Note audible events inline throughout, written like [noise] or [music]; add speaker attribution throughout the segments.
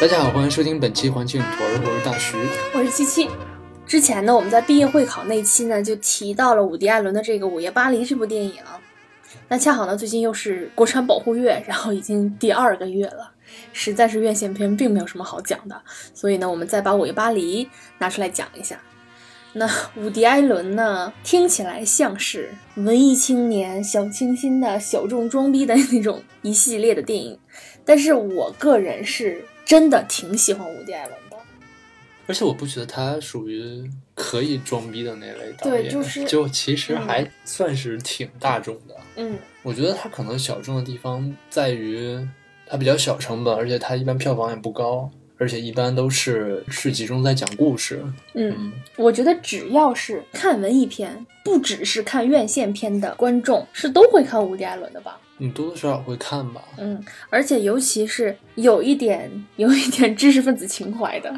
Speaker 1: 大家好，欢迎收听本期环境土儿，我是大徐。
Speaker 2: 我是七七。之前呢，我们在毕业会考那期呢，就提到了伍迪·艾伦的这个《午夜巴黎》这部电影。那恰好呢，最近又是国产保护月，然后已经第二个月了，实在是院线片并没有什么好讲的，所以呢，我们再把《午夜巴黎》拿出来讲一下。那伍迪·艾伦呢，听起来像是文艺青年、小清新的小众装逼的那种一系列的电影，但是我个人是真的挺喜欢伍迪·艾伦的。
Speaker 1: 而且我不觉得他属于可以装逼的那类导演，啊
Speaker 2: 对就是
Speaker 1: 就其实还算是挺大众的。
Speaker 2: 嗯，
Speaker 1: 我觉得他可能小众的地方在于他比较小成本，而且他一般票房也不高，而且一般都是是集中在讲故事。
Speaker 2: 嗯，我觉得只要是看文艺片，不只是看院线片的观众，是都会看伍迪·艾伦的吧？
Speaker 1: 你多多少少会看吧？
Speaker 2: 嗯，而且尤其是有一点有一点知识分子情怀的，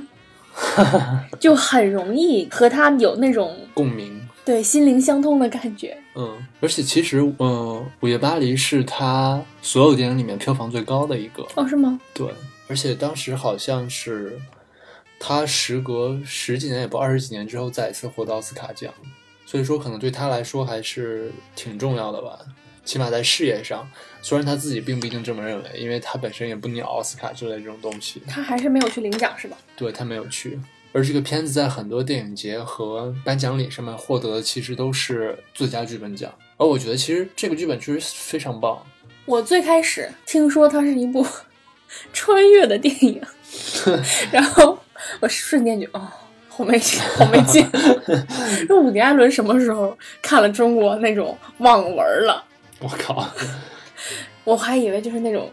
Speaker 2: 就很容易和他有那种
Speaker 1: 共鸣。
Speaker 2: 对心灵相通的感觉。
Speaker 1: 嗯，而且其实，嗯、午夜巴黎》是他所有电影里面票房最高的一个。
Speaker 2: 哦，是吗？
Speaker 1: 对，而且当时好像是他时隔十几年，也不二十几年之后再一次获得奥斯卡奖，所以说可能对他来说还是挺重要的吧。起码在事业上，虽然他自己并不一定这么认为，因为他本身也不鸟奥斯卡之类这种东西，
Speaker 2: 他还是没有去领奖是吧？
Speaker 1: 对他没有去。而这个片子在很多电影节和颁奖礼上面获得的其实都是最佳剧本奖，而我觉得其实这个剧本确实非常棒，
Speaker 2: 我最开始听说它是一部 [laughs] 穿越的电
Speaker 1: [laughs]
Speaker 2: 影，然后我瞬间就哦，好没劲，好没
Speaker 1: [laughs]
Speaker 2: 劲。说伍迪·艾伦什么时候看了中国那种网文了？
Speaker 1: 我靠！
Speaker 2: 我还以为就是那种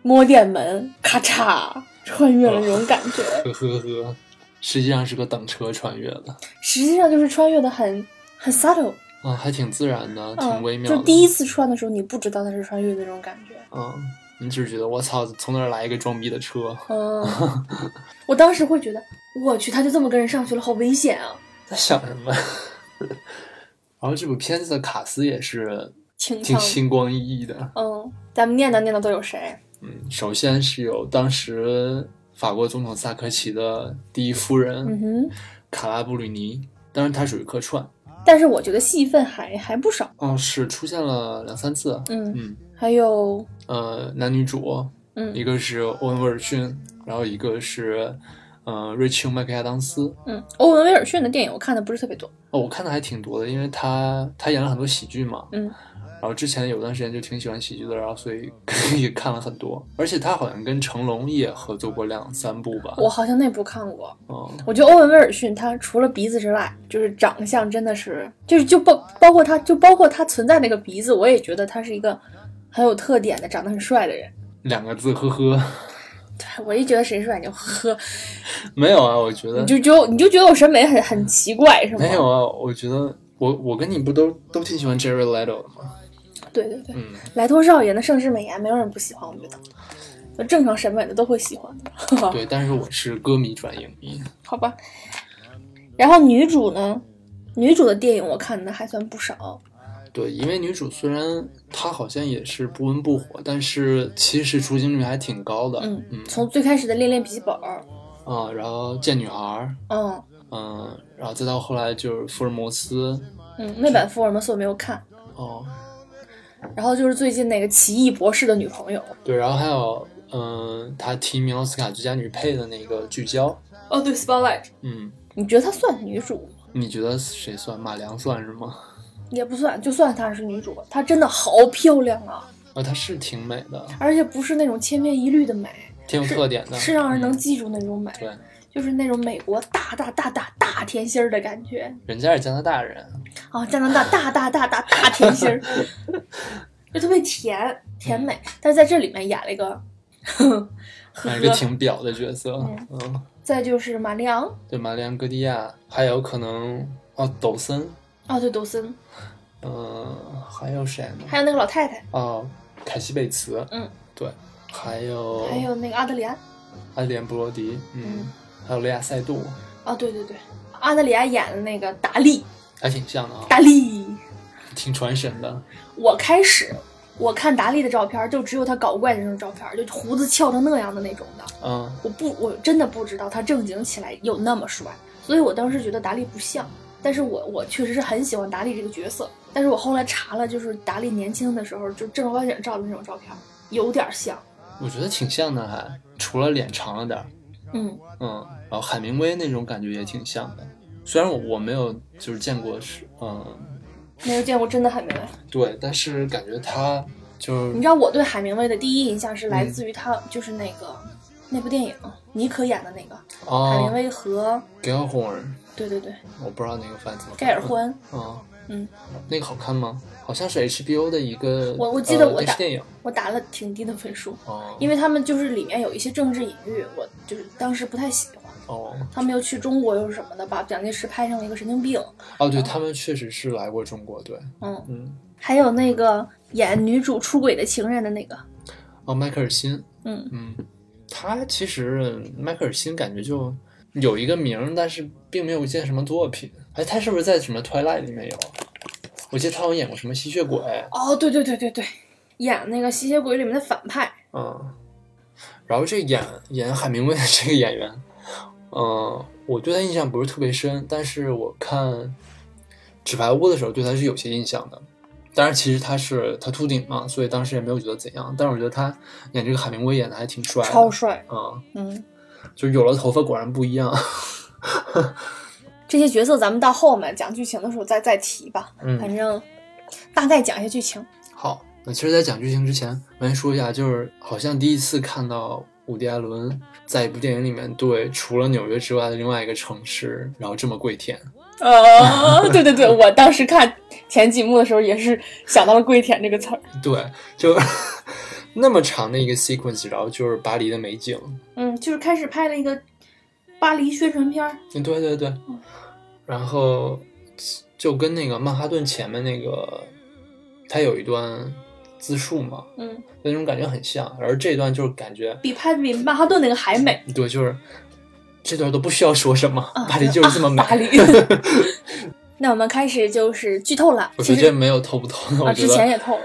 Speaker 2: 摸电门咔嚓穿越了那种感觉，
Speaker 1: 呵呵呵，实际上是个等车穿越的
Speaker 2: 实际上就是穿越的很很 subtle，
Speaker 1: 啊，还挺自然的，挺
Speaker 2: 嗯
Speaker 1: 微，妙的。
Speaker 2: 就第一次穿的时候你不知道它是穿越的那种感觉。
Speaker 1: 嗯，你只是觉得我操，从哪儿来一个装逼的车？ [laughs]
Speaker 2: 嗯，我当时会觉得，我去，他就这么跟人上去了，好危险啊！
Speaker 1: 在想什么？ [laughs] 然后这部片子的卡斯也是
Speaker 2: 情
Speaker 1: 挺
Speaker 2: 商，
Speaker 1: 星光熠熠的。
Speaker 2: 嗯，咱们念叨念叨都有谁？
Speaker 1: 嗯，首先是有当时法国总统萨科齐的第一夫人、
Speaker 2: 嗯哼，
Speaker 1: 卡拉布吕尼，当然她属于客串。
Speaker 2: 但是我觉得戏份还还不少。
Speaker 1: 嗯，是出现了两三次。
Speaker 2: 嗯，
Speaker 1: 嗯，
Speaker 2: 还有，
Speaker 1: 呃，男女主一
Speaker 2: 嗯
Speaker 1: 个是欧文·威尔逊，然后一个是呃瑞秋·麦克亚当斯。
Speaker 2: 嗯，欧文·威尔逊的电影我看的不是特别多。
Speaker 1: 哦，我看的还挺多的，因为他他演了很多喜剧嘛，
Speaker 2: 嗯
Speaker 1: 然后之前有段时间就挺喜欢喜剧的，然后所以也看了很多，而且他好像跟成龙也合作过两三部吧。
Speaker 2: 我好像那部看过。
Speaker 1: 嗯，
Speaker 2: 我觉得欧文·威尔逊他除了鼻子之外，就是长相真的是，就是就包包括他就包括他存在那个鼻子，我也觉得他是一个很有特点的，长得很帅的人。
Speaker 1: 两个字，呵呵，
Speaker 2: 对我一觉得谁帅你就呵呵，
Speaker 1: 没有啊，我觉得
Speaker 2: 你就觉得你就觉得我审美很很奇怪是吗？
Speaker 1: 没有啊，我觉得我我跟你不都都挺喜欢 Jerry Leto 的吗？
Speaker 2: 对对对，
Speaker 1: 嗯，
Speaker 2: 莱托少爷的盛世美颜，没有人不喜欢，我觉得，就正常审美的都会喜欢的，哦
Speaker 1: 对，但是我是歌迷转影迷，
Speaker 2: [laughs] 好吧。然后女主呢，女主的电影我看的还算不少，
Speaker 1: 对，因为女主虽然她好像也是不温不火，但是其实出镜率还挺高的。
Speaker 2: 嗯
Speaker 1: 嗯
Speaker 2: 从最开始的《恋恋笔记本》，
Speaker 1: 啊、然后见女孩儿，
Speaker 2: 嗯
Speaker 1: 嗯，然后再到后来就是福尔摩斯，
Speaker 2: 嗯，那版福尔摩斯我没有看，
Speaker 1: 哦，
Speaker 2: 然后就是最近那个《奇异博士的女朋友》，
Speaker 1: 对，然后还有，嗯，她提名奥斯卡最佳女配的那个聚焦，
Speaker 2: 哦对，《Spotlight》，
Speaker 1: 嗯，
Speaker 2: 你觉得她算女主吗？
Speaker 1: 你觉得谁算？马良算是吗？ [laughs]
Speaker 2: 也不算，就算她是女主，她真的好漂亮啊，
Speaker 1: 啊，她是挺美的，
Speaker 2: 而且不是那种千篇一律的美，
Speaker 1: 挺有特点的，
Speaker 2: 是让人能
Speaker 1: 嗯
Speaker 2: 记住那种美，
Speaker 1: 对，
Speaker 2: 就是那种美国大大大大大甜心儿的感觉
Speaker 1: 人家是加拿大人，
Speaker 2: 啊，加拿大大大大大大甜心儿，就特别甜甜美，但是在这里面演了一个，呵呵
Speaker 1: 嗯演一个挺婊的角色，
Speaker 2: 嗯
Speaker 1: 嗯，
Speaker 2: 再就是马里昂，
Speaker 1: 对，马良戈蒂亚，还有可能哦，抖森，
Speaker 2: 哦对，抖森，
Speaker 1: 嗯、还有谁呢？
Speaker 2: 还有那个老太太，
Speaker 1: 哦，凯西贝茨，
Speaker 2: 嗯，
Speaker 1: 对，还有
Speaker 2: 还有那个阿德里安，
Speaker 1: 阿莲布罗迪，嗯，
Speaker 2: 嗯
Speaker 1: 还有雷亚塞杜，
Speaker 2: 哦对对对，阿德里安演的那个达利，
Speaker 1: 还挺像的啊，
Speaker 2: 达利，
Speaker 1: 挺传神的。
Speaker 2: 我开始。我看达利的照片，就只有他搞怪的那种照片，就胡子翘成那样的那种的。
Speaker 1: 嗯，
Speaker 2: 我不，我真的不知道他正经起来有那么帅，所以我当时觉得达利不像。但是我我确实是很喜欢达利这个角色，但是我后来查了，就是达利年轻的时候，就正儿八经照的那种照片，有点像。
Speaker 1: 我觉得挺像的，还除了脸长了点儿，
Speaker 2: 嗯，
Speaker 1: 嗯，然后海明威那种感觉也挺像的。虽然我我没有就是见过是嗯
Speaker 2: 没有见过真的海明威。
Speaker 1: 对，但是感觉他就是
Speaker 2: 你知道我对海明威的第一印象是来自于他，就是那个、那部电影妮可演的那个、海明
Speaker 1: 哦
Speaker 2: 威和
Speaker 1: g a l h o r n
Speaker 2: 对对对
Speaker 1: 我不知道那个翻译怎么翻
Speaker 2: 盖尔欢。
Speaker 1: 嗯
Speaker 2: 嗯，
Speaker 1: 那个好看吗？好像是 HBO 的一个
Speaker 2: 我我记得
Speaker 1: 呃
Speaker 2: 我
Speaker 1: 电
Speaker 2: 打
Speaker 1: 视电影
Speaker 2: 我打了挺低的分数，
Speaker 1: 哦，
Speaker 2: 因
Speaker 1: 为
Speaker 2: 为他们就是里面有一些政治隐喻，我就是当时不太喜欢。
Speaker 1: 哦
Speaker 2: 他们又去中国又是什么的，把蒋介石拍成了一个神经病。
Speaker 1: 哦对，他们确实是来过中国，对，
Speaker 2: 嗯，
Speaker 1: 嗯，
Speaker 2: 还有那个演女主出轨的情人的那个，
Speaker 1: 哦迈克尔辛，
Speaker 2: 嗯，
Speaker 1: 嗯，他其实迈克尔辛感觉就有一个名儿，但是并没有一件什么作品。哎，他是不是在什么《Twilight》里面有？我记得他好像演过什么吸血鬼，
Speaker 2: 哦，对对对对对，演那个吸血鬼里面的反派，
Speaker 1: 嗯。然后这演演海明威的这个演员，嗯，我对他印象不是特别深，但是我看《纸牌屋》的时候对他是有些印象的。当然，其实他是他秃顶嘛，所以当时也没有觉得怎样。但是我觉得他演这个海明威演的还挺帅的，
Speaker 2: 超帅。
Speaker 1: 嗯，
Speaker 2: 嗯，
Speaker 1: 就是有了头发果然不一样。
Speaker 2: 这些角色咱们到后面讲剧情的时候再再提吧，
Speaker 1: 嗯
Speaker 2: 反正大概讲一下剧情。
Speaker 1: 好，那其实，在讲剧情之前，我先说一下，就是好像第一次看到伍迪·艾伦在一部电影里面对除了纽约之外的另外一个城市，然后这么跪舔。
Speaker 2: 呃， [laughs] 对对对，我当时看前几幕的时候也是想到了“跪舔”这个词儿。
Speaker 1: 对，就那么长的一个 sequence，然后就是巴黎的美景。
Speaker 2: 嗯，就是开始拍了一个巴黎宣传片儿。
Speaker 1: 嗯，对对对，然后就跟那个曼哈顿前面那个，它有一段自述嘛，
Speaker 2: 嗯，
Speaker 1: 那种感觉很像。而这段就是感觉，
Speaker 2: 比拍比曼哈顿那个还美。
Speaker 1: 对，就是这段都不需要说什么，
Speaker 2: 啊
Speaker 1: 巴黎就是这么美。
Speaker 2: [laughs] 巴黎。那我们开始就是剧透了，
Speaker 1: 我
Speaker 2: 其
Speaker 1: 觉得这
Speaker 2: 实
Speaker 1: 没有透不透的，
Speaker 2: 啊，
Speaker 1: 我觉
Speaker 2: 之前
Speaker 1: 得
Speaker 2: 也透了，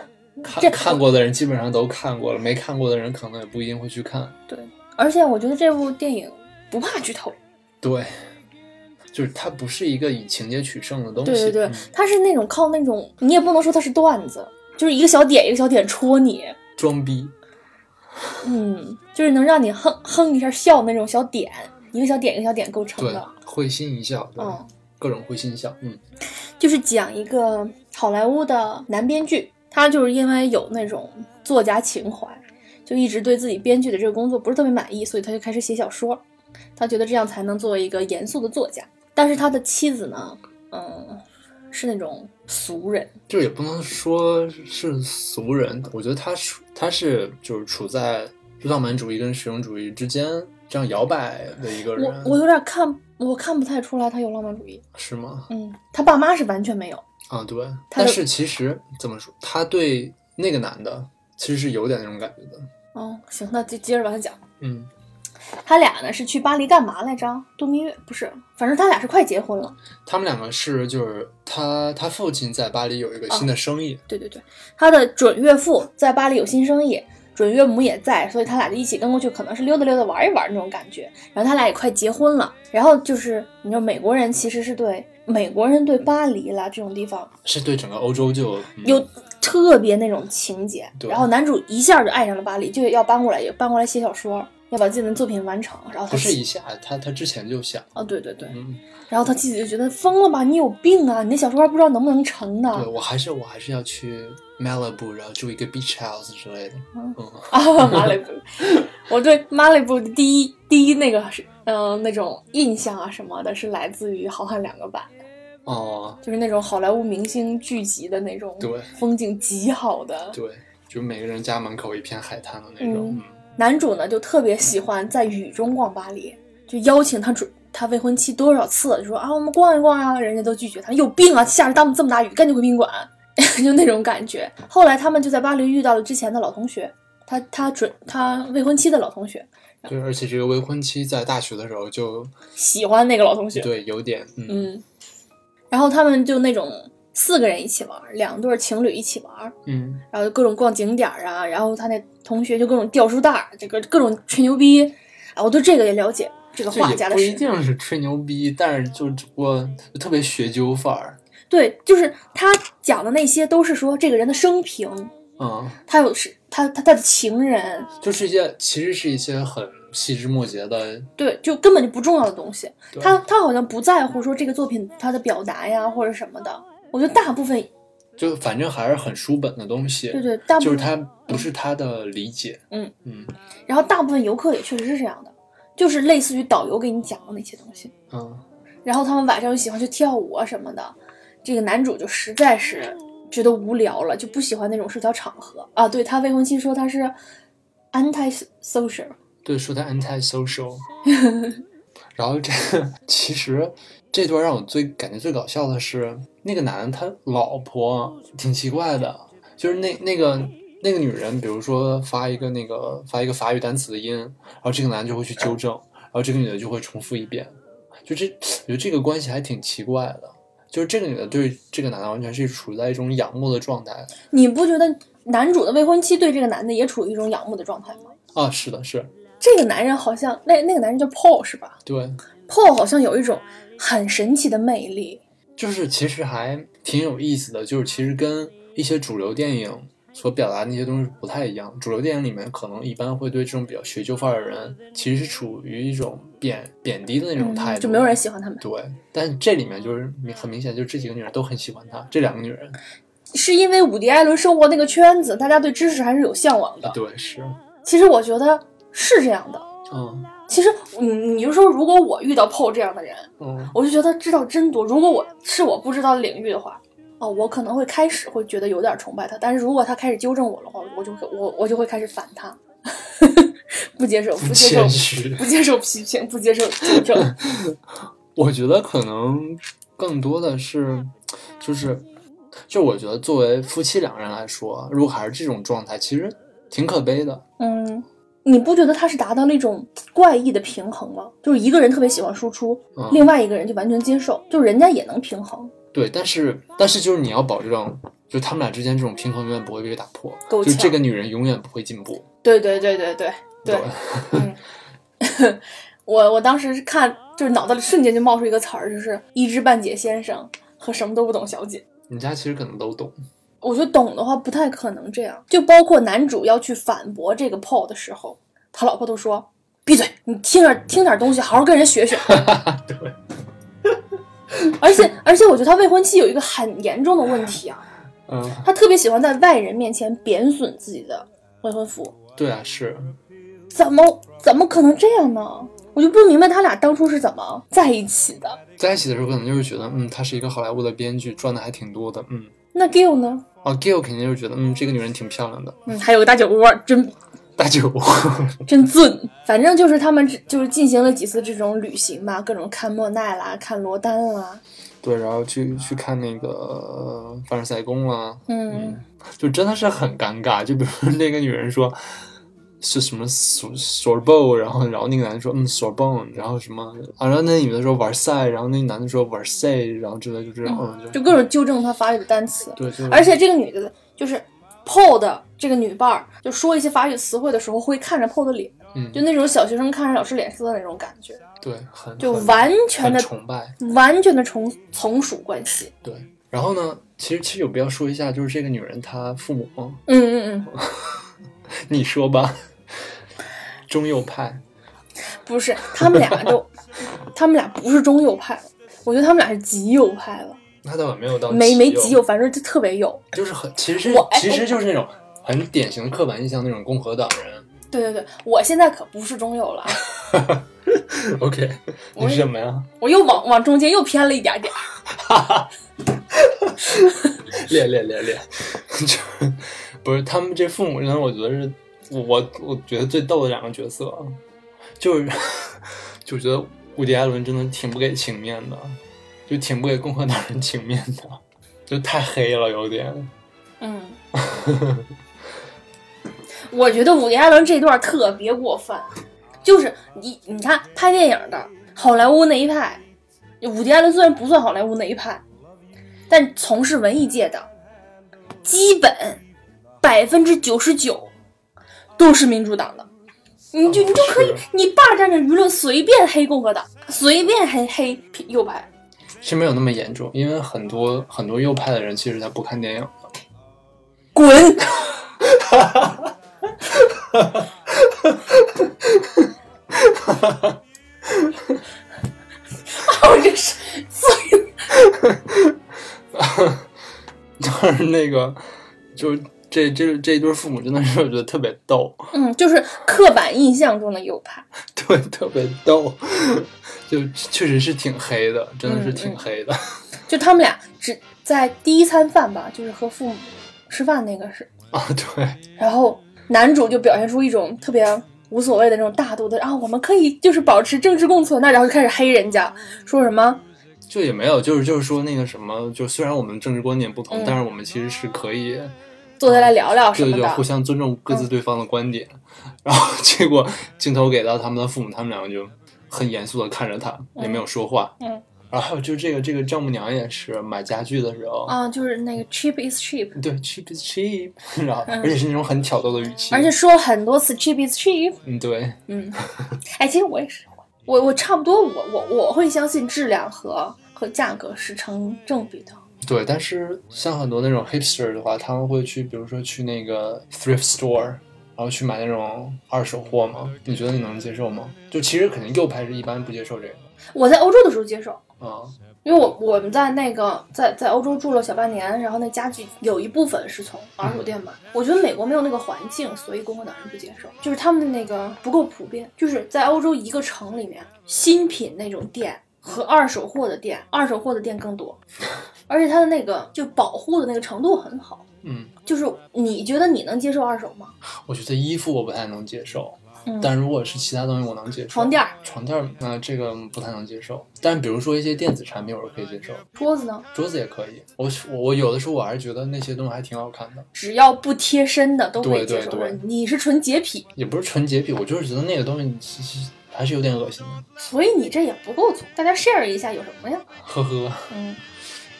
Speaker 2: 这
Speaker 1: 看看过的人基本上都看过了，没看过的人可能也不一定会去看。
Speaker 2: 对，而且我觉得这部电影不怕剧透，
Speaker 1: 对，就是它不是一个以情节取胜的东西。
Speaker 2: 对对对
Speaker 1: 嗯，
Speaker 2: 它是那种靠那种你也不能说它是段子，就是一个小点一个小点戳你，
Speaker 1: 装逼。
Speaker 2: 嗯，就是能让你哼哼一下笑那种小点，一个小点一个小点构成
Speaker 1: 对
Speaker 2: 的，，
Speaker 1: 会心一笑，对
Speaker 2: 嗯，
Speaker 1: 各种会心一笑，嗯，
Speaker 2: 就是讲一个好莱坞的男编剧，他就是因为有那种作家情怀，就一直对自己编剧的这个工作不是特别满意，所以他就开始写小说。他觉得这样才能作为一个严肃的作家。但是他的妻子呢，嗯，是那种俗人，
Speaker 1: 就也不能说是俗人，我觉得他是他是就是处在浪漫主义跟实用主义之间这样摇摆的一个
Speaker 2: 我
Speaker 1: 人，
Speaker 2: 我有点看我看不太出来他有浪漫主义。
Speaker 1: 是吗？
Speaker 2: 嗯，他爸妈是完全没有。
Speaker 1: 啊，对，
Speaker 2: 他
Speaker 1: 但
Speaker 2: 的
Speaker 1: 是其实怎么说，他对那个男的其实是有点那种感觉的，
Speaker 2: 哦，行，那接接着往下讲。
Speaker 1: 嗯，
Speaker 2: 他俩呢是去巴黎干嘛来着？度蜜月不是，反正他俩是快结婚了。
Speaker 1: 他们两个是就是他他父亲在巴黎有一个新的生意，
Speaker 2: 对对对，他的准岳父在巴黎有新生意，准岳母也在，所以他俩就一起跟过去，可能是溜达溜达、玩一玩那种感觉。然后他俩也快结婚了，然后就是你知道美国人其实是对美国人对巴黎啦这种地方
Speaker 1: 是对整个欧洲就、嗯
Speaker 2: 有特别那种情节，
Speaker 1: 对
Speaker 2: 然后男主一下就爱上了巴黎，就要搬过来，也搬过来写小说，要把自己的作品完成。然后他
Speaker 1: 不是
Speaker 2: 妻
Speaker 1: 一下，他他之前就想，
Speaker 2: 哦，对对对，
Speaker 1: 嗯，
Speaker 2: 然后他妻子就觉得疯了吧，你有病啊，你那小说还不知道能不能成呢。
Speaker 1: 对我还是我还是要去 Malibu，然后住一个 beach house 之类的，
Speaker 2: 嗯
Speaker 1: 嗯，
Speaker 2: [laughs] 啊，马里布，我对马里布的第一第一那个是嗯、呃那种印象啊什么的，是来自于《好汉两个版》，
Speaker 1: 哦、
Speaker 2: 就是那种好莱坞明星聚集的那种，
Speaker 1: 对
Speaker 2: 风景极好的。
Speaker 1: 对，就每个人家门口一片海滩的那种，
Speaker 2: 嗯男主呢就特别喜欢在雨中逛巴黎，就邀请他准他未婚妻多少次，就说啊我们逛一逛啊，人家都拒绝他，有病啊，下着大这么大雨，赶紧回宾馆， [laughs] 就那种感觉。后来他们就在巴黎遇到了之前的老同学，他他准他未婚妻的老同学，
Speaker 1: 嗯，对，而且这个未婚妻在大学的时候就
Speaker 2: 喜欢那个老同学。
Speaker 1: 对有点，嗯，
Speaker 2: 嗯，然后他们就那种四个人一起玩，两对情侣一起玩，
Speaker 1: 嗯
Speaker 2: 然后各种逛景点儿啊，然后他那同学就各种掉书袋儿，这个各种吹牛逼啊，我对这个也了解，这个
Speaker 1: 这
Speaker 2: 画家
Speaker 1: 也
Speaker 2: 的
Speaker 1: 不一
Speaker 2: 事。
Speaker 1: 定是吹牛逼，但是就只不过就特别学究范儿，
Speaker 2: 对，就是他讲的那些都是说这个人的生平，
Speaker 1: 嗯，
Speaker 2: 他有是他他他的情人，
Speaker 1: 就是一些其实是一些很细枝末节的，
Speaker 2: 对，就根本就不重要的东西。
Speaker 1: 对
Speaker 2: 他他好像不在乎说这个作品它的表达呀或者什么的。我觉得大部分
Speaker 1: 就反正还是很书本的东西，
Speaker 2: 对对，大部
Speaker 1: 就是
Speaker 2: 分，
Speaker 1: 他不是他的理解，
Speaker 2: 嗯
Speaker 1: 嗯
Speaker 2: 然后大部分游客也确实是这样的，就是类似于导游给你讲的那些东西。
Speaker 1: 嗯，
Speaker 2: 然后他们晚上又喜欢去跳舞啊什么的。这个男主就实在是觉得无聊了，就不喜欢那种社交场合啊。对他未婚妻说他是 anti social，
Speaker 1: 对，说他 anti social，然后这个其实这段让我最感觉最搞笑的是那个男的他老婆挺奇怪的，就是那那个。那个女人，比如说发一个那个发一个法语单词的音，然后这个男的就会去纠正，然后这个女的就会重复一遍，就这，我觉得这个关系还挺奇怪的，就是这个女的对这个男的完全是处在一种仰慕的状态，
Speaker 2: 你不觉得男主的未婚妻对这个男的也处于一种仰慕的状态吗？
Speaker 1: 啊，是的，是
Speaker 2: 这个男人好像那那个男人叫 Paul 是吧
Speaker 1: 对，
Speaker 2: ？Paul 好像有一种很神奇的魅力，
Speaker 1: 就是其实还挺有意思的，就是其实跟一些主流电影所表达的那些东西不太一样。主流电影里面可能一般会对这种比较学究范儿的人，其实是处于一种贬贬低的那种态度，
Speaker 2: 嗯就没有人喜欢他们，
Speaker 1: 对。但这里面就是明很明显，就是这几个女人都很喜欢他，这两个女人，
Speaker 2: 是因为伍迪·艾伦生活那个圈子，大家对知识还是有向往的。
Speaker 1: 对，是，
Speaker 2: 其实我觉得是这样的。
Speaker 1: 嗯
Speaker 2: 其实你你就说，如果我遇到 Paul 这样的人， [laughs]
Speaker 1: 嗯，
Speaker 2: 我就觉得知道真多。如果我是我不知道的领域的话，哦，我可能会开始会觉得有点崇拜他，但是如果他开始纠正我的话，我就会我我就会开始反他， [laughs] 不接受，不接受
Speaker 1: 谦，虚。
Speaker 2: 不接受批评，不接受纠正。
Speaker 1: [laughs] 我觉得可能更多的是，就是，就我觉得作为夫妻两人来说，如果还是这种状态，其实挺可悲的。
Speaker 2: 嗯，你不觉得他是达到了一种怪异的平衡吗？就是一个人特别喜欢输出，
Speaker 1: 嗯，
Speaker 2: 另外一个人就完全接受，就人家也能平衡。
Speaker 1: 对，但是但是就是你要保证，就他们俩之间这种平衡永远不会被打破，
Speaker 2: 够
Speaker 1: 就
Speaker 2: 呛
Speaker 1: 这个女人永远不会进步。
Speaker 2: 对对对对对对，
Speaker 1: 吧
Speaker 2: 嗯， [laughs] 我我当时是看就是脑袋里瞬间就冒出一个词儿，就是一知半解先生和什么都不懂小姐。
Speaker 1: 你家其实可能都懂，
Speaker 2: 我觉得懂的话不太可能这样，就包括男主要去反驳这个 Paul 的时候，他老婆都说闭嘴，你听点听点东西，好好跟人学学。
Speaker 1: 啊对，
Speaker 2: 而且而且，我觉得他未婚妻有一个很严重的问题啊，
Speaker 1: 嗯，
Speaker 2: 他特别喜欢在外人面前贬损自己的未婚夫，
Speaker 1: 对啊，是，
Speaker 2: 怎么怎么可能这样呢？我就不明白他俩当初是怎么在一起的。
Speaker 1: 在一起的时候可能就是觉得，嗯，她是一个好莱坞的编剧，赚的还挺多的，嗯，
Speaker 2: 那 Gil 呢？
Speaker 1: 啊，Gil 肯定就是觉得，嗯，这个女人挺漂亮的，
Speaker 2: 嗯，还有个大酒窝，真
Speaker 1: 大酒窝，
Speaker 2: 真俊。反正就是他们只就是进行了几次这种旅行吧，各种看莫奈啦，看罗丹啦，
Speaker 1: [laughs] 对，然后去去看那个呃凡尔赛宫啦，
Speaker 2: 嗯，
Speaker 1: 就真的是很尴尬。就比如说那个女人说是什么 sor sorbon，然后然后那个男的说嗯 sorbon，然后什么啊，然后那女的说玩赛，然后那男的说玩赛，然后之类就这样，嗯，
Speaker 2: 就
Speaker 1: 就
Speaker 2: 各种纠正他法语的单词。
Speaker 1: 对，就
Speaker 2: 而且这个女的，就是 Paul 的这个女伴儿，就说一些法语词汇的时候，会看着 Paul 的脸，
Speaker 1: 嗯
Speaker 2: 就，那种小学生看着老师脸色的那种感觉，
Speaker 1: 对，很
Speaker 2: 就
Speaker 1: 很
Speaker 2: 完全的
Speaker 1: 很崇拜，
Speaker 2: 完全的从从属关系。
Speaker 1: 对。然后呢，其实其实有必要说一下，就是这个女人她父母，
Speaker 2: 嗯嗯嗯，
Speaker 1: 你说吧，中右派，
Speaker 2: 嗯不是，他们俩就，他们俩不是中右派了，我觉得他们俩是极右派了，
Speaker 1: 那倒也没有到
Speaker 2: 没没极
Speaker 1: 极
Speaker 2: 右，反正就特别右。
Speaker 1: 就是很，其实
Speaker 2: 我哎
Speaker 1: 其实就是那种很典型的刻板印象那种共和党人。
Speaker 2: 对对对，我现在可不是中右了啊，
Speaker 1: OK，
Speaker 2: [laughs] 我
Speaker 1: 你是
Speaker 2: 也
Speaker 1: 什么呀？
Speaker 2: 我又往往中间又偏了一点点儿。
Speaker 1: 练练练 [laughs] 练，就是不是他们这父母人，我觉得是我我觉得最逗的两个角色啊，就是 [laughs] 就觉得伍迪·艾伦真的挺不给情面的，就挺不给共和党人情面的， [laughs] 就太黑了有点。
Speaker 2: 嗯， [laughs] 我觉得伍迪·艾伦这段特别过分，就是你你看拍电影的好莱坞那一派，伍迪·艾伦虽然不算好莱坞那一派，但从事文艺界的，基本百分之九十九都是民主党的。你就你就可以
Speaker 1: 是，
Speaker 2: 你霸占着舆论，随便黑共和党，随便黑黑右派。
Speaker 1: 其实没有那么严重，因为很多很多右派的人其实他不看电影的，
Speaker 2: 滚！啊，我这是所以
Speaker 1: 就是那个，就是这这这一对父母真的是我觉得特别逗，
Speaker 2: [laughs] 嗯，就是刻板印象中的右派。
Speaker 1: 对，特别逗， [laughs] 就确实是挺黑的，真
Speaker 2: 嗯
Speaker 1: 的是挺黑的。 [laughs]
Speaker 2: 就他们俩只在第一餐饭吧，就是和父母吃饭那个是，
Speaker 1: 啊，对，
Speaker 2: 然后男主就表现出一种特别无所谓的那种大度的，啊，我们可以就是保持政治共存啊的，然后就开始黑人家，说什么
Speaker 1: 就也没有，就是就是说那个什么，就虽然我们政治观点不同，
Speaker 2: 嗯
Speaker 1: 但是我们其实是可以，
Speaker 2: 坐下来聊聊什
Speaker 1: 对
Speaker 2: 么
Speaker 1: 对，互
Speaker 2: 的，嗯
Speaker 1: 相尊重各自对方的观点。然后 [laughs] 结果镜头给到他们的父母，他们两个就很严肃的看着他，也没有说话。
Speaker 2: 嗯。
Speaker 1: 然后还有就是这个这个丈母娘也是买家具的时候，
Speaker 2: 啊，就是那个 cheap is cheap，
Speaker 1: 对 cheap is cheap，然 [laughs] 后、而且是那种很挑逗的语气，
Speaker 2: 嗯而且说了很多次 cheap is cheap，
Speaker 1: 嗯对，
Speaker 2: 嗯，哎，其实我也是，我我差不多，我我我会相信质量和和价格是成正比的，
Speaker 1: 对，但是像很多那种 hipster 的话，他们会去，比如说去那个 thrift store，然后去买那种二手货吗？你觉得你能接受吗？就其实肯定右派是一般不接受这个
Speaker 2: 我在欧洲的时候接受。
Speaker 1: 的啊、
Speaker 2: 因为我我们在那个在在欧洲住了小半年，然后那家具有一部分是从二手店买。我觉得美国没有那个环境，所以共和党人不接受，就是他们的那个不够普遍。就是在欧洲一个城里面，新品那种店和二手货的店，二手货的店更多， [laughs] 而且它的那个就保护的那个程度很好。
Speaker 1: 嗯，
Speaker 2: 就是你觉得你能接受二手吗？
Speaker 1: 我觉得衣服我不太能接受，
Speaker 2: 嗯
Speaker 1: 但如果是其他东西我能接受。
Speaker 2: 床垫儿
Speaker 1: 床垫儿那这个不太能接受，但比如说一些电子产品我是可以接受，
Speaker 2: 桌子呢？
Speaker 1: 桌子也可以。我我我有的时候我还是觉得那些东西还挺好看的，
Speaker 2: 只要不贴身的都可以接受。
Speaker 1: 对对对
Speaker 2: 你是纯洁癖，
Speaker 1: 也不是纯洁癖，我就是觉得那个东西其实还是有点恶心的。
Speaker 2: 所以你这也不够足。大家 share 一下有什么呀？
Speaker 1: 呵呵，
Speaker 2: 嗯，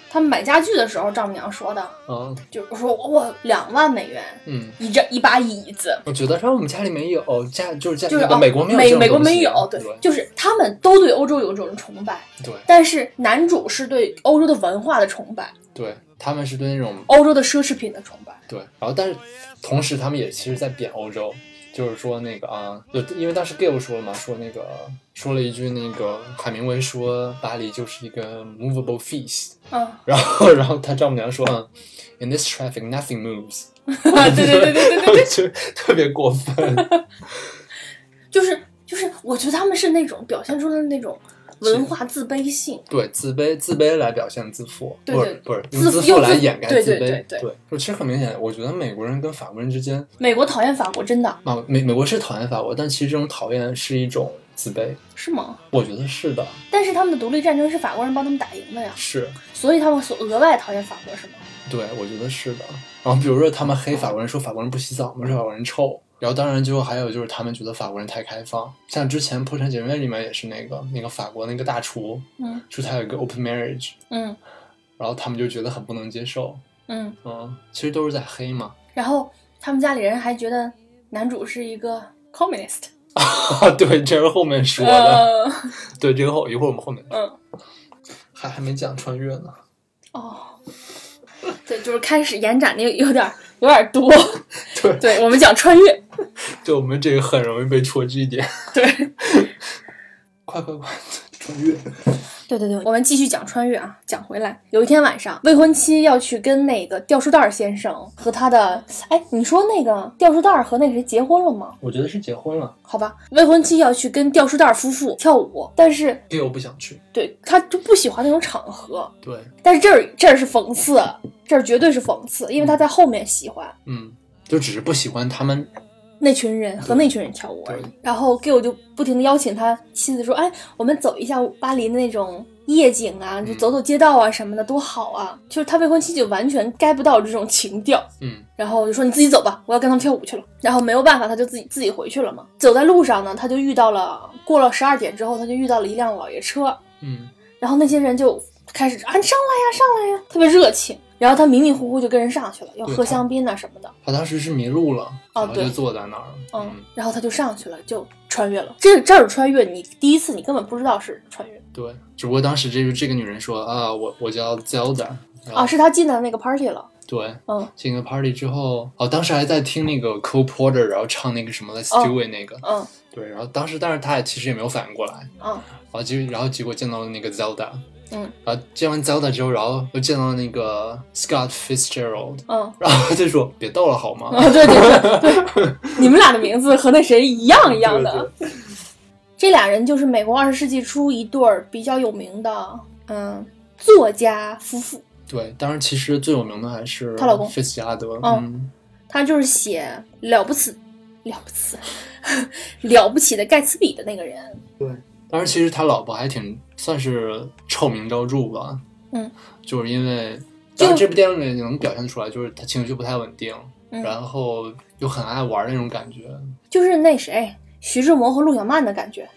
Speaker 2: 他们买家具的时候，丈母娘说的，
Speaker 1: 嗯
Speaker 2: 就是说我两万美元
Speaker 1: 嗯。
Speaker 2: 一张一把椅子，
Speaker 1: 我觉得说我们家里没有，家就是家
Speaker 2: 就是
Speaker 1: 那个
Speaker 2: 哦
Speaker 1: 美国没有这
Speaker 2: 美
Speaker 1: 种
Speaker 2: 美国
Speaker 1: 东西
Speaker 2: 没有，对
Speaker 1: 对，
Speaker 2: 就是他们都对欧洲有一种崇拜，
Speaker 1: 对
Speaker 2: 但是男主是对欧洲的文化的崇拜，
Speaker 1: 对，他们是对那种
Speaker 2: 欧洲的奢侈品的崇拜。
Speaker 1: 对，然后但是同时他们也其实在贬欧洲，就是说那个啊，就因为当时 Gail 说了嘛，说那个说了一句那个海明威说巴黎就是一个 movable feast， [laughs]
Speaker 2: 嗯，
Speaker 1: 然后然后他丈母娘说嗯，in this traffic nothing moves， [laughs]
Speaker 2: 对对对对对对，
Speaker 1: 对，就特别过分，
Speaker 2: 就是就是，我觉得他们是那种表现出的那种文化自卑性。
Speaker 1: 对，自卑自卑来表现自负，
Speaker 2: 对
Speaker 1: 不
Speaker 2: 对
Speaker 1: 是不是
Speaker 2: 自
Speaker 1: 用自
Speaker 2: 用
Speaker 1: 负来
Speaker 2: 自
Speaker 1: 掩盖
Speaker 2: 对
Speaker 1: 自
Speaker 2: 对
Speaker 1: 卑，
Speaker 2: 对对
Speaker 1: 就其实很明显，我觉得美国人跟法国人之间，
Speaker 2: 美国讨厌法国，真的
Speaker 1: 啊，美美国是讨厌法国，但其实这种讨厌是一种自卑，
Speaker 2: 是吗？
Speaker 1: 我觉得是的，
Speaker 2: 但是他们的独立战争是法国人帮他们打赢的呀，
Speaker 1: 是
Speaker 2: 所以他们所额外讨厌法国是吗？
Speaker 1: 对，我觉得是的。然后比如说他们黑法国人说法国人不洗澡嘛，说法国人臭。然后当然就还有就是他们觉得法国人太开放，像之前《破产姐妹》里面也是那个那个法国那个大厨
Speaker 2: 嗯
Speaker 1: 说他有一个 open marriage，
Speaker 2: 嗯。
Speaker 1: 然后他们就觉得很不能接受，
Speaker 2: 嗯，
Speaker 1: 嗯，其实都是在黑嘛，
Speaker 2: 然后他们家里人还觉得男主是一个 communist。
Speaker 1: 啊，对，这是后面说的。
Speaker 2: 呃，
Speaker 1: 对，这个后一会儿我们后面
Speaker 2: 嗯，
Speaker 1: 还还没讲穿越呢。
Speaker 2: 哦，对，就是开始延展的有点有点多。
Speaker 1: [laughs] 对，
Speaker 2: 对我们讲穿越，
Speaker 1: 对我们这个很容易被戳这一点。
Speaker 2: 对
Speaker 1: 快快快，穿越！
Speaker 2: 对对对，我们继续讲穿越啊，讲回来。有一天晚上，未婚妻要去跟那个吊书袋儿先生和他的，哎，你说那个吊书袋儿和那个谁结婚了吗？
Speaker 1: 我觉得是结婚了
Speaker 2: 好吧，未婚妻要去跟吊书袋儿夫妇跳舞，但是
Speaker 1: ，gay 我不想去。
Speaker 2: 对他就不喜欢那种场合，
Speaker 1: 对，
Speaker 2: 但是这儿这儿是讽刺，这儿绝对是讽刺，因为他在后面喜欢
Speaker 1: 嗯，就只是不喜欢他们。
Speaker 2: 那群人和那群人跳舞而已
Speaker 1: 对。
Speaker 2: 然后 Gil 就不停的邀请他妻子说：“哎，我们走一下巴黎的那种夜景啊，就走走街道啊什么的，多好啊！”就是他未婚妻就完全 get 不到这种情调。
Speaker 1: 嗯，
Speaker 2: 然后就说你自己走吧，我要跟他们跳舞去了。然后没有办法，他就自己自己回去了嘛。走在路上呢，他就遇到了，过了十二点之后，他就遇到了一辆老爷车，
Speaker 1: 嗯，
Speaker 2: 然后那些人就开始啊，你上来呀，上来呀，特别热情。然后他迷迷糊糊就跟人上去了，要喝香槟呐、啊什么的。
Speaker 1: 他当时是迷路了，
Speaker 2: 哦
Speaker 1: 然后就
Speaker 2: 对
Speaker 1: 坐在那儿了。
Speaker 2: 嗯，然后他就上去了，就穿越了。哦这这儿穿越，你第一次你根本不知道是穿越
Speaker 1: 对，只不过当时这个这个女人说啊，我我叫 Zelda，然后
Speaker 2: 啊，是他进到那个 party 了。
Speaker 1: 对，
Speaker 2: 嗯
Speaker 1: 进个 party 之后，哦，当时还在听那个 Cole Porter，然后唱那个什么
Speaker 2: 哦
Speaker 1: Let's Do It 那个，
Speaker 2: 嗯
Speaker 1: 对，然后当时但是他也其实也没有反应过来，
Speaker 2: 嗯
Speaker 1: 然后结然后结果见到了那个 Zelda，
Speaker 2: 嗯
Speaker 1: 然后见完 Zelda 之后，然后又见到那个 Scott Fitzgerald，
Speaker 2: 嗯，
Speaker 1: 然后他就说别逗了好吗？
Speaker 2: 啊，对对对 [laughs] 对，你们俩的名字和那谁一样一样的。这俩人就是美国二十世纪初一对儿比较有名的，嗯，作家夫妇。
Speaker 1: 对，当然其实最有名的还是
Speaker 2: 她老公
Speaker 1: 菲茨杰拉德，
Speaker 2: 哦
Speaker 1: 嗯，
Speaker 2: 他就是写了不起、了不起、 [laughs] 了不起的盖茨比的那个人。
Speaker 1: 当然其实他老婆还挺算是臭名昭著吧，
Speaker 2: 嗯，
Speaker 1: 就是因为。
Speaker 2: 就
Speaker 1: 当然，这部电影里能表现出来，就是他情绪不太稳定，
Speaker 2: 嗯，
Speaker 1: 然后又很爱玩那种感觉。
Speaker 2: 就是那谁，徐志摩和陆小曼的感觉。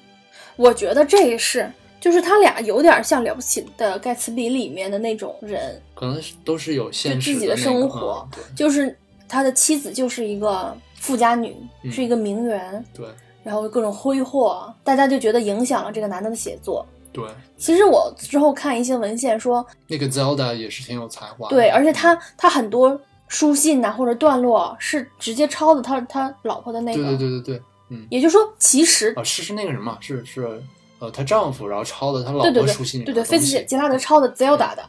Speaker 2: 我觉得这是，就是他俩有点像《了不起的盖茨比》里面的那种人，
Speaker 1: 可能是都是有现
Speaker 2: 就
Speaker 1: 实
Speaker 2: 自己
Speaker 1: 的
Speaker 2: 的
Speaker 1: 那
Speaker 2: 生
Speaker 1: 个
Speaker 2: 活
Speaker 1: 嗯
Speaker 2: 就是他的妻子就是一个富家女，
Speaker 1: 嗯
Speaker 2: 是一个名媛，
Speaker 1: 对
Speaker 2: 然后各种挥霍，大家就觉得影响了这个男的的写作。
Speaker 1: 对对，
Speaker 2: 其实我之后看一些文献说，
Speaker 1: 那个 Zelda 也是挺有才华的。
Speaker 2: 对，而且他他很多书信呐、或者段落是直接抄的他他老婆的那
Speaker 1: 对
Speaker 2: 个，
Speaker 1: 对对对对，
Speaker 2: 也就是说，其实
Speaker 1: 啊是是那个什么，是是呃她丈夫，然后抄的她老
Speaker 2: 对对
Speaker 1: 婆
Speaker 2: 对
Speaker 1: 书信里
Speaker 2: 对
Speaker 1: 面的
Speaker 2: 对，菲
Speaker 1: 东
Speaker 2: 茨
Speaker 1: 西嗯
Speaker 2: 杰杰拉德抄的 Zelda 的。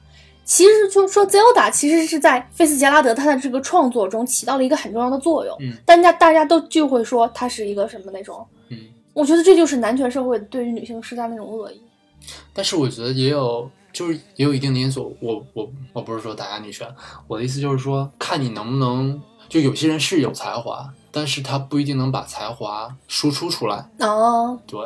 Speaker 2: 其实就说 Zelda 其实是在菲茨杰拉德他的这个创作中起到了一个很重要的作用，
Speaker 1: 嗯
Speaker 2: 但家大家都就会说他是一个什么那种，
Speaker 1: 嗯，
Speaker 2: 我觉得这就是男权社会对于女性施加那种恶意。
Speaker 1: 但是我觉得也有。就是也有一定的因素，我我我不是说打压女权，我的意思就是说，看你能不能，就有些人是有才华，但是他不一定能把才华输出出来。
Speaker 2: 哦，
Speaker 1: 对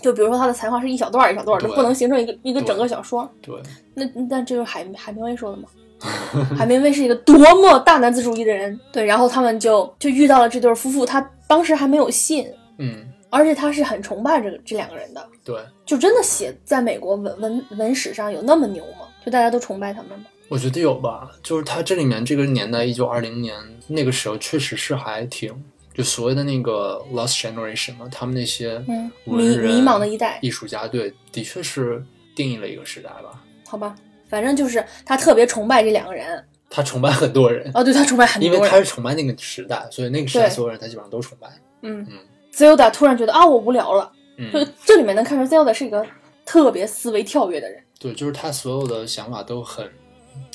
Speaker 2: 就比如说他的才华是一小段儿一小段儿的，
Speaker 1: 对
Speaker 2: 不能形成一个一个
Speaker 1: 对
Speaker 2: 整个小说。
Speaker 1: 对，
Speaker 2: 那那这就是海海明威说的
Speaker 1: [laughs]
Speaker 2: 嘛。海明威是一个多么大男子主义的人，对，然后他们就就遇到了这对夫妇，他当时还没有信，
Speaker 1: 嗯
Speaker 2: 而且他是很崇拜这个这两个人的，
Speaker 1: 对，
Speaker 2: 就真的写在美国文文文史上有那么牛吗？就大家都崇拜他们吗？
Speaker 1: 我觉得有吧，就是它这里面这个年代，一九二零年那个时候确实是还挺，就所谓的那个 lost generation 嘛，他们那些
Speaker 2: 嗯，迷
Speaker 1: 文人、
Speaker 2: 迷茫的一代，
Speaker 1: 艺术家，对，的确是定义了一个时代吧。
Speaker 2: 好吧，反正就是他特别崇拜这两个人，
Speaker 1: 他崇拜很多人，
Speaker 2: 哦，对他崇拜很
Speaker 1: 因
Speaker 2: 多
Speaker 1: 为他
Speaker 2: 人，
Speaker 1: 是崇拜那个时代，所以那个时代
Speaker 2: 对
Speaker 1: 所有人他基本上都崇
Speaker 2: [laughs]
Speaker 1: 拜。
Speaker 2: 嗯
Speaker 1: 嗯
Speaker 2: ，Zelda 突然觉得啊，我无聊了，就
Speaker 1: 嗯，
Speaker 2: 这里面能看出 Zelda 是一个特别思维跳跃的人。
Speaker 1: 对，就是他所有的想法都很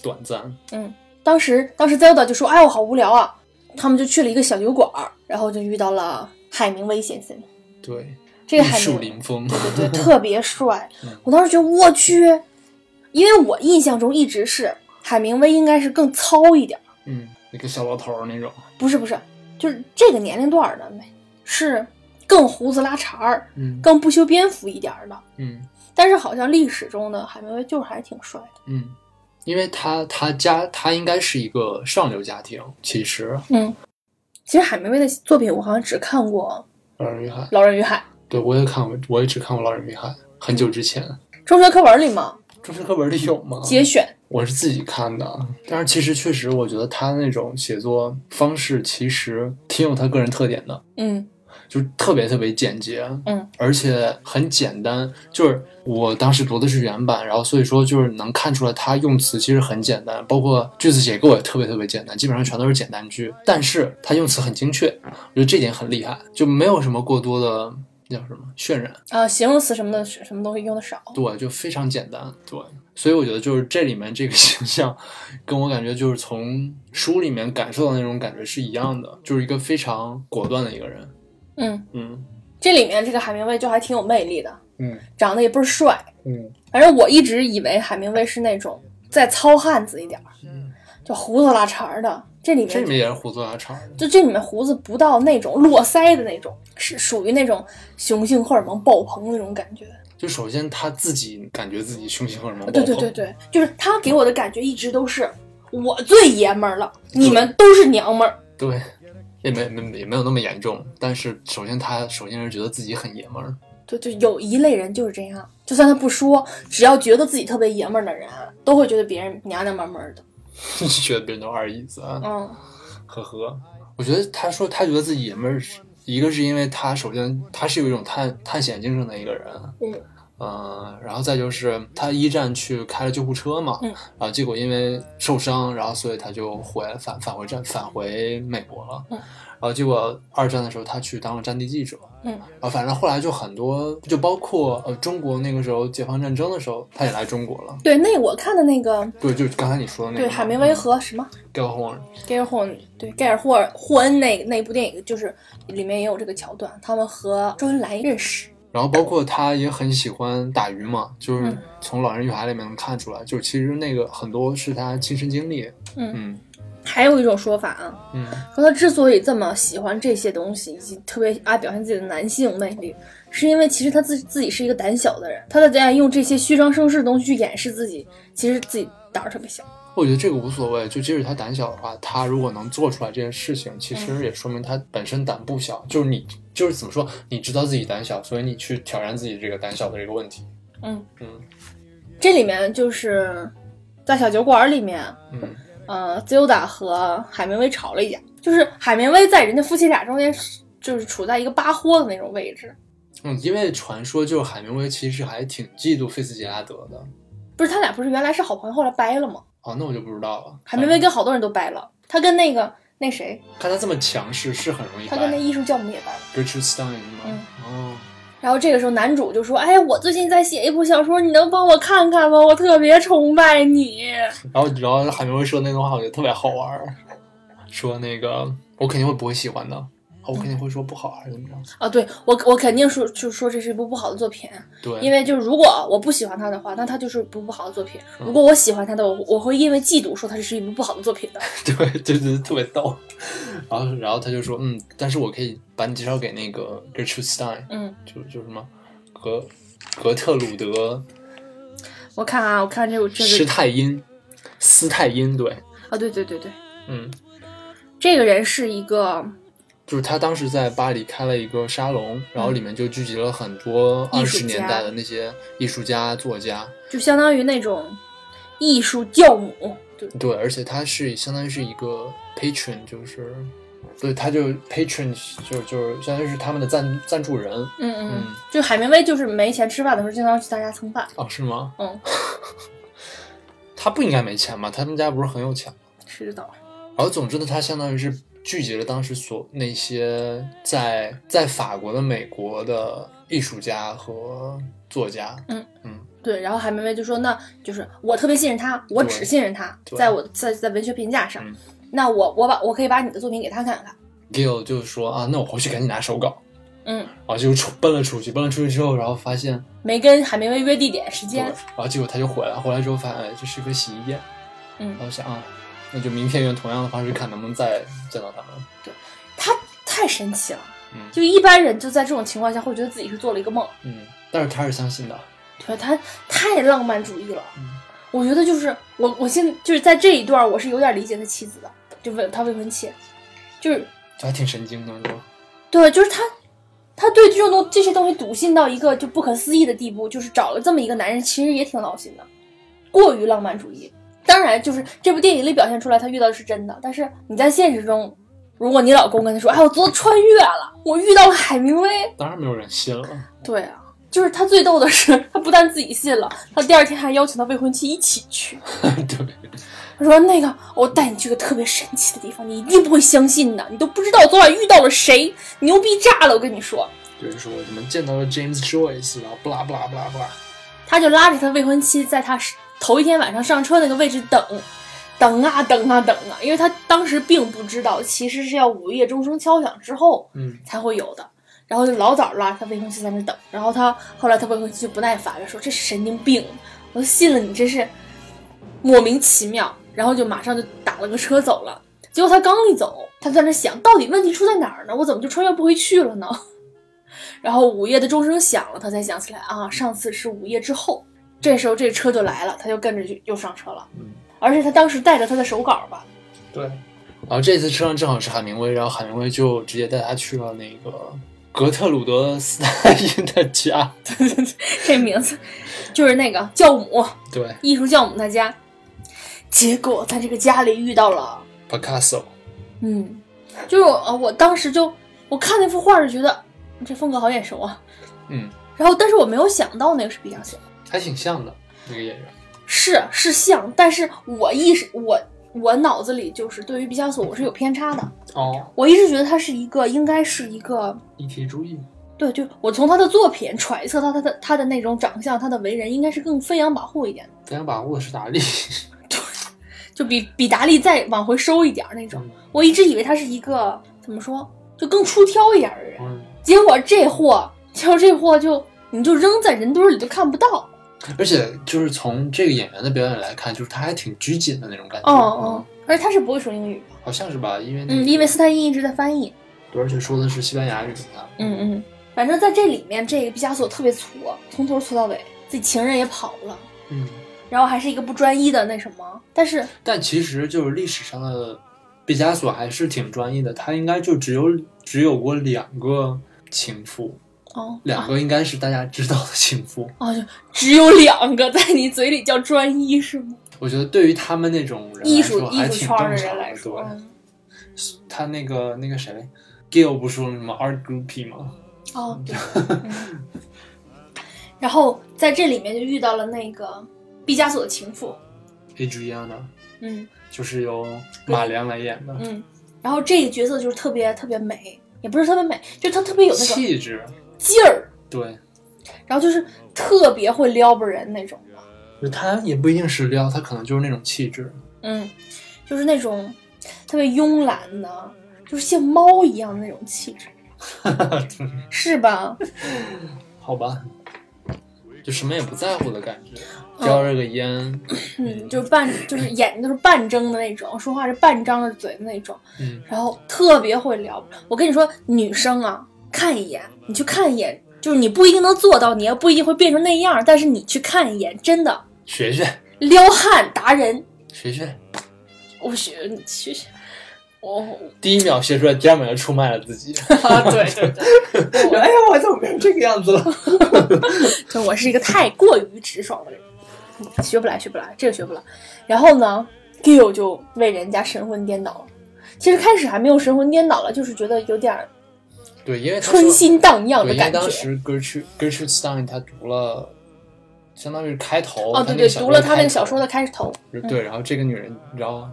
Speaker 1: 短暂。
Speaker 2: 当时当时 Zelda 就说：“哎，我好无聊啊。”他们就去了一个小酒馆儿，然后就遇到了海明威先生。
Speaker 1: 对，
Speaker 2: 这个
Speaker 1: 玉
Speaker 2: 海
Speaker 1: 树
Speaker 2: 明威
Speaker 1: 临风。
Speaker 2: 对
Speaker 1: [laughs]
Speaker 2: 特别帅
Speaker 1: 嗯，
Speaker 2: 我当时觉得我去，因为我印象中一直是海明威应该是更糙一点儿，
Speaker 1: 嗯，一个小老头儿那种。
Speaker 2: 不是不是，就是这个年龄段儿的是更胡子拉碴儿、
Speaker 1: 嗯
Speaker 2: 更不修边幅一点儿的。
Speaker 1: 嗯。
Speaker 2: 但是好像历史中的海明威就是还挺帅的，
Speaker 1: 嗯，因为他他家他应该是一个上流家庭，其实
Speaker 2: 嗯。其实海明威的作品我好像只看过
Speaker 1: 老人与海，
Speaker 2: 《老人与海
Speaker 1: 对我也看过，我也只看过老人与海，很久之前。》，
Speaker 2: 中学课文里嘛，
Speaker 1: 中学课本里有吗？嗯
Speaker 2: 节选，
Speaker 1: 我是自己看的，但是其实确实，我觉得他那种写作方式其实挺有他个人特点的，
Speaker 2: 嗯
Speaker 1: 就是特别特别简洁，
Speaker 2: 嗯，
Speaker 1: 而且很简单。就是我当时读的是原版，然后所以说就是能看出来他用词其实很简单，包括句子结构也特别特别简单，基本上全都是简单句，但是他用词很精确，我觉得这点很厉害，就没有什么过多的那叫什么渲染，
Speaker 2: 啊，形容词什么的，什么东西用的少，
Speaker 1: 对，就非常简单，对。所以我觉得就是这里面这个形象，跟我感觉就是从书里面感受到那种感觉是一样的，就是一个非常果断的一个人，
Speaker 2: 嗯，
Speaker 1: 嗯
Speaker 2: 这里面这个海明威就还挺有魅力的，
Speaker 1: 嗯
Speaker 2: 长得也倍儿帅，
Speaker 1: 嗯。
Speaker 2: 反正我一直以为海明威是那种再糙汉子一点儿，就胡子拉碴儿的。这里
Speaker 1: 这里
Speaker 2: 面
Speaker 1: 面也是胡子拉碴的，
Speaker 2: 就这里面胡子不到那种络腮的那种，是属于那种雄性荷尔蒙爆棚那种感觉。
Speaker 1: 就首先他自己感觉自己胸型荷尔蒙爆
Speaker 2: 对
Speaker 1: 棚，
Speaker 2: 对对对，就是他给我的感觉一直都是我最爷们儿了，你们都是娘们儿。
Speaker 1: 对也没没也没有那么严重，但是首先他首先是觉得自己很爷们儿， [laughs]
Speaker 2: 对对，有一类人就是这样，就算他不说，只要觉得自己特别爷们儿的人，都会觉得别人娘娘们们的。
Speaker 1: 你觉得别人都二意思啊？
Speaker 2: 嗯，
Speaker 1: 呵呵，我觉得他说他觉得自己爷们儿是，一个是因为他首先他是有一种探探险精神的一个人，
Speaker 2: 嗯
Speaker 1: 呃然后再就是他一战去开了救护车嘛，
Speaker 2: 嗯
Speaker 1: 然后结果因为受伤，然后所以他就回返返回战返回美国了，
Speaker 2: 嗯
Speaker 1: 然后结果二战的时候他去当了战地记者，
Speaker 2: 嗯
Speaker 1: 然后反正后来就很多，就包括呃中国那个时候解放战争的时候，他也来中国了，
Speaker 2: 对，那我看的那个，
Speaker 1: 对，就是刚才你说的那个
Speaker 2: 对
Speaker 1: 嘛嗯
Speaker 2: 海明威和什么
Speaker 1: 高洪
Speaker 2: 盖尔霍恩，对盖尔霍尔霍恩那那部电影，就是里面也有这个桥段，他们和周恩来认识。
Speaker 1: 然后包括他也很喜欢打鱼嘛，就是
Speaker 2: 嗯
Speaker 1: 从《老人与海》里面能看出来，就其实那个很多是他亲身经历。嗯
Speaker 2: 还有一种说法啊，
Speaker 1: 嗯
Speaker 2: 说他之所以这么喜欢这些东西，以及特别爱表现自己的男性魅力，是因为其实他自自己是一个胆小的人，他在用这些虚张声势的东西去掩饰自己，其实自己胆儿特别小。
Speaker 1: 我觉得这个无所谓，就即使他胆小的话，他如果能做出来这件事情，
Speaker 2: 嗯
Speaker 1: 其实也说明他本身胆不小。就是你，就是怎么说，你知道自己胆小，所以你去挑战自己这个胆小的这个问题。
Speaker 2: 嗯
Speaker 1: 嗯
Speaker 2: 这里面就是在小酒馆里面，
Speaker 1: 嗯，
Speaker 2: 呃，自由达和海明威吵了一架，就是海明威在人家夫妻俩中间是就是处在一个扒豁的那种位置，
Speaker 1: 嗯，因为传说就是海明威其实还挺嫉妒菲茨杰拉德的。
Speaker 2: 不是他俩不是原来是好朋友，后来掰了吗？
Speaker 1: 哦，那我就不知道了。
Speaker 2: 海明威跟好多人都掰了，他跟那个那谁，
Speaker 1: 看他这么强势，是很容易
Speaker 2: 他跟
Speaker 1: 败。
Speaker 2: 那嗯艺术教母也掰了。
Speaker 1: Gertrude Stein 是吗？哦。
Speaker 2: 然后这个时候，男主就说：“哎，我最近在写一部小说，你能帮我看看吗？我特别崇拜你。
Speaker 1: 然后，然后海明威说那段话，我觉得特别好玩儿，说那个我肯定会不会喜欢的，我肯定会说不好还是怎么着？”
Speaker 2: 啊，对我我肯定说就说这是一部不好的作品，
Speaker 1: 对，
Speaker 2: 因
Speaker 1: 为
Speaker 2: 为就是如果我不喜欢他的话，那他就是一部不好的作品；
Speaker 1: 嗯
Speaker 2: 如果我喜欢他的，我我会因为嫉妒说他是一部不好的作品 [laughs] 的。
Speaker 1: [laughs] 对对对，特别逗。然后，然后他就说，嗯，但是我可以把你介绍给那个 Gertrude Stein，
Speaker 2: 嗯，
Speaker 1: 就就是什么格格特鲁德
Speaker 2: 我看啊，我看这个这
Speaker 1: 施
Speaker 2: 个
Speaker 1: 泰因斯泰因，对，
Speaker 2: 啊，对对对对，
Speaker 1: 嗯，
Speaker 2: 这个人是一个
Speaker 1: 就是他当时在巴黎开了一个沙龙，然后里面就聚集了很多
Speaker 2: 艺
Speaker 1: 二
Speaker 2: 术
Speaker 1: 十年
Speaker 2: 家
Speaker 1: 代的那些艺术家、作家，
Speaker 2: 就相当于那种艺术教母，对，
Speaker 1: 对，而且他是相当于是一个 patron，就是，对，他就 patron 就就是相当于是他们的赞赞助人
Speaker 2: 嗯嗯，
Speaker 1: 嗯
Speaker 2: 嗯就海明威就是没钱吃饭的时候，经常去他家蹭饭。
Speaker 1: 哦，是吗？
Speaker 2: 嗯，
Speaker 1: [laughs] 他不应该没钱吧？他们家不是很有钱吗？
Speaker 2: 是的，
Speaker 1: 然后总之呢，他相当于是聚集了当时所那些在在法国的美国的艺术家和作家，
Speaker 2: 嗯
Speaker 1: 嗯
Speaker 2: 对，然后海明威就说：“那就是我特别信任他，我只信任他，
Speaker 1: 对
Speaker 2: 在我在在文学评价上，
Speaker 1: 嗯
Speaker 2: 那我我把我可以把你的作品给他看看。
Speaker 1: Gill 就说啊，那我回去赶紧拿手稿，
Speaker 2: 嗯，
Speaker 1: 然后就出奔了出去，奔了出去之后，然后发现，
Speaker 2: 没跟海明威约地点时
Speaker 1: 对，
Speaker 2: 间
Speaker 1: 然，后结果他就回来，回来之后发现哎，这是个洗衣店。
Speaker 2: 嗯
Speaker 1: 我，想啊，那就明天用同样的方式看能不能再见到他们。
Speaker 2: 他太神奇了。
Speaker 1: 嗯
Speaker 2: 就一般人就在这种情况下会觉得自己是做了一个梦，
Speaker 1: 嗯，但是他是相信的。
Speaker 2: 对他太浪漫主义了。
Speaker 1: 嗯
Speaker 2: 我觉得就是我我现就是在这一段，我是有点理解他妻子的，就未他未婚妻，就是
Speaker 1: 就还挺神经的，是吧？
Speaker 2: 对，就是他，他对这种东这些东西笃信到一个就不可思议的地步，就是找了这么一个男人，其实也挺闹心的，过于浪漫主义。当然，就是这部电影里表现出来，他遇到的是真的，但是你在现实中，如果你老公跟他说：“哎，我昨天穿越了，我遇到了海明威。
Speaker 1: [laughs] 当然没有人信了。”
Speaker 2: 对啊。就是他最逗的是，他不但自己信了，他第二天还邀请他未婚妻一起去。
Speaker 1: [laughs] 对，
Speaker 2: 他说：“那个，我带你去个特别神奇的地方，你一定不会相信的。你都不知道我昨晚遇到了谁，牛逼炸了！我跟你说。”
Speaker 1: 有人说什么见到了 James Joyce，然后不啦不啦不啦不啦。
Speaker 2: 他就拉着他未婚妻在他头一天晚上上车那个位置等，等啊等啊等啊，因为他当时并不知道，其实是要午夜钟声敲响之后
Speaker 1: 嗯，
Speaker 2: 才会有的。然后就老早拉着他未婚妻在那等，然后他后来他未婚妻就不耐烦了，说这是神经病，我都信了你真是莫名其妙，然后就马上就打了个车走了。结果他刚一走，他在那想，到底问题出在哪儿呢？我怎么就穿越不回去了呢？ [laughs] 然后午夜的钟声响了，他才想起来啊，上次是午夜之后。这时候这车就来了，他就跟着就又上车了
Speaker 1: 嗯，
Speaker 2: 而且他当时带着他的手稿吧， [laughs]
Speaker 1: 对。然后这次车上正好是海明威，然后海明威就直接带他去了那个格特鲁德·斯大因的家，
Speaker 2: 这名字就是那个教母，
Speaker 1: 对
Speaker 2: 艺术教母他家。结果在这个家里遇到了，
Speaker 1: ，Picasso，
Speaker 2: 嗯，就是我，呃我当时就我看那幅画就觉得这风格好眼熟啊，
Speaker 1: 嗯，
Speaker 2: 然后但是我没有想到那个是毕加索，
Speaker 1: 还挺像的那个演员。
Speaker 2: 是啊是像，但是我意识我我脑子里就是对于毕加索我是有偏差的，
Speaker 1: 哦，
Speaker 2: 我一直觉得他是一个应该是一个
Speaker 1: 一提注意，
Speaker 2: 对，就我从他的作品揣测到他的他的那种长相，他的为人应该是更飞扬跋扈一点的，
Speaker 1: 非常把握是达 [laughs] 利，
Speaker 2: 就比比达利再往回收一点儿那
Speaker 1: 嗯
Speaker 2: 种。我一直以为他是一个怎么说，就更出挑一点儿的人，
Speaker 1: 嗯，
Speaker 2: 结果这货，结果这货就你就扔在人堆儿里就看不到。
Speaker 1: 而且就是从这个演员的表演来看，就是他还挺拘谨的那种感觉。
Speaker 2: 哦哦，而且他是不会说英语的，
Speaker 1: 嗯，好像是吧？因为那
Speaker 2: 嗯，
Speaker 1: 个
Speaker 2: 因为斯坦因一直在翻译。
Speaker 1: 而且说的是西班牙语的。
Speaker 2: 嗯嗯，反正在这里面，这个毕加索特别挫，从头挫到尾，自己情人也跑了，
Speaker 1: 嗯，
Speaker 2: 然后还是一个不专一的那什么。但是
Speaker 1: 但其实就是历史上的毕加索还是挺专一的，他应该就只有只有过两个情妇，
Speaker 2: 哦，
Speaker 1: 两个应该是大家知道的情妇。
Speaker 2: 哦，就只有两个在你嘴里叫专一是吗？
Speaker 1: 我觉得对于他们那种人
Speaker 2: 艺
Speaker 1: 来
Speaker 2: 术
Speaker 1: 说
Speaker 2: 艺
Speaker 1: 还
Speaker 2: 术
Speaker 1: 挺
Speaker 2: 圈
Speaker 1: 正
Speaker 2: 儿的
Speaker 1: 常
Speaker 2: 人来
Speaker 1: 的。
Speaker 2: 说，
Speaker 1: 对，
Speaker 2: 嗯
Speaker 1: 他那个那个谁，Gill 不说什么 art groupie 吗？
Speaker 2: 哦，对。嗯 [laughs] 然后在这里面就遇到了那个毕加索的情妇，
Speaker 1: Adriana
Speaker 2: 嗯
Speaker 1: 就是由马良来演的，
Speaker 2: 嗯，然后这个角色就是特别特别美，也不是特别美，就她特别有那种
Speaker 1: 气质
Speaker 2: 劲儿，
Speaker 1: 对。
Speaker 2: 然后就是特别会撩拨人那种，
Speaker 1: 就他也不一定是撩，他可能就是那种气质，
Speaker 2: 嗯，就是那种特别慵懒的，就是像猫一样的那种气质，是吧？
Speaker 1: 好吧，就什么也不在乎的感觉，叼着个烟，
Speaker 2: 嗯，就是半就是眼睛都是半睁的那种，说话是半张着嘴的那种，
Speaker 1: 嗯，
Speaker 2: 然后特别会聊。我跟你说，女生啊，看一眼，你去看一眼，就是你不一定能做到，你也不一定会变成那样，但是你去看一眼，真的
Speaker 1: 学学
Speaker 2: 撩汉达人。
Speaker 1: 学学，
Speaker 2: 我学学学，
Speaker 1: 哦
Speaker 2: 我
Speaker 1: 第一秒学出来，第二秒就出卖了自
Speaker 2: [laughs]
Speaker 1: 己。
Speaker 2: 对对对，我
Speaker 1: 哎呀，我怎么变成这个样子了？
Speaker 2: [laughs] 就我是一个太过于直爽的人，学不来，学不来，这个学不来。然后呢，Gil 就为人家神魂颠倒了。其实开始还没有神魂颠倒了，就是觉得有点儿
Speaker 1: [laughs] 对，因为他说
Speaker 2: 春心荡漾
Speaker 1: 对，
Speaker 2: 的
Speaker 1: 因为
Speaker 2: 感觉
Speaker 1: 当。时 Gertrude Gertrude Stein 他读了，相当于是开头
Speaker 2: 哦，
Speaker 1: 他那
Speaker 2: 对
Speaker 1: 个
Speaker 2: 对，
Speaker 1: 小
Speaker 2: 读了他那
Speaker 1: 开
Speaker 2: 个小
Speaker 1: 头
Speaker 2: 说的嗯开头。
Speaker 1: 对，然后这个女人，然后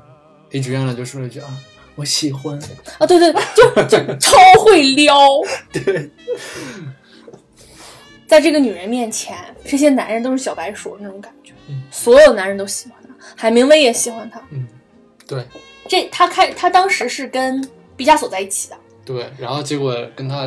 Speaker 1: Adriana 就说了一句啊，我喜欢，
Speaker 2: 啊，对对，就就超会撩。
Speaker 1: [laughs] 对，
Speaker 2: 在这个女人面前，这些男人都是小白鼠那种感觉
Speaker 1: 嗯，
Speaker 2: 所有男人都喜欢她，海明威也喜欢她。
Speaker 1: 嗯，对
Speaker 2: 这他开他当时是跟毕加索在一起的，
Speaker 1: 对，然后结果跟他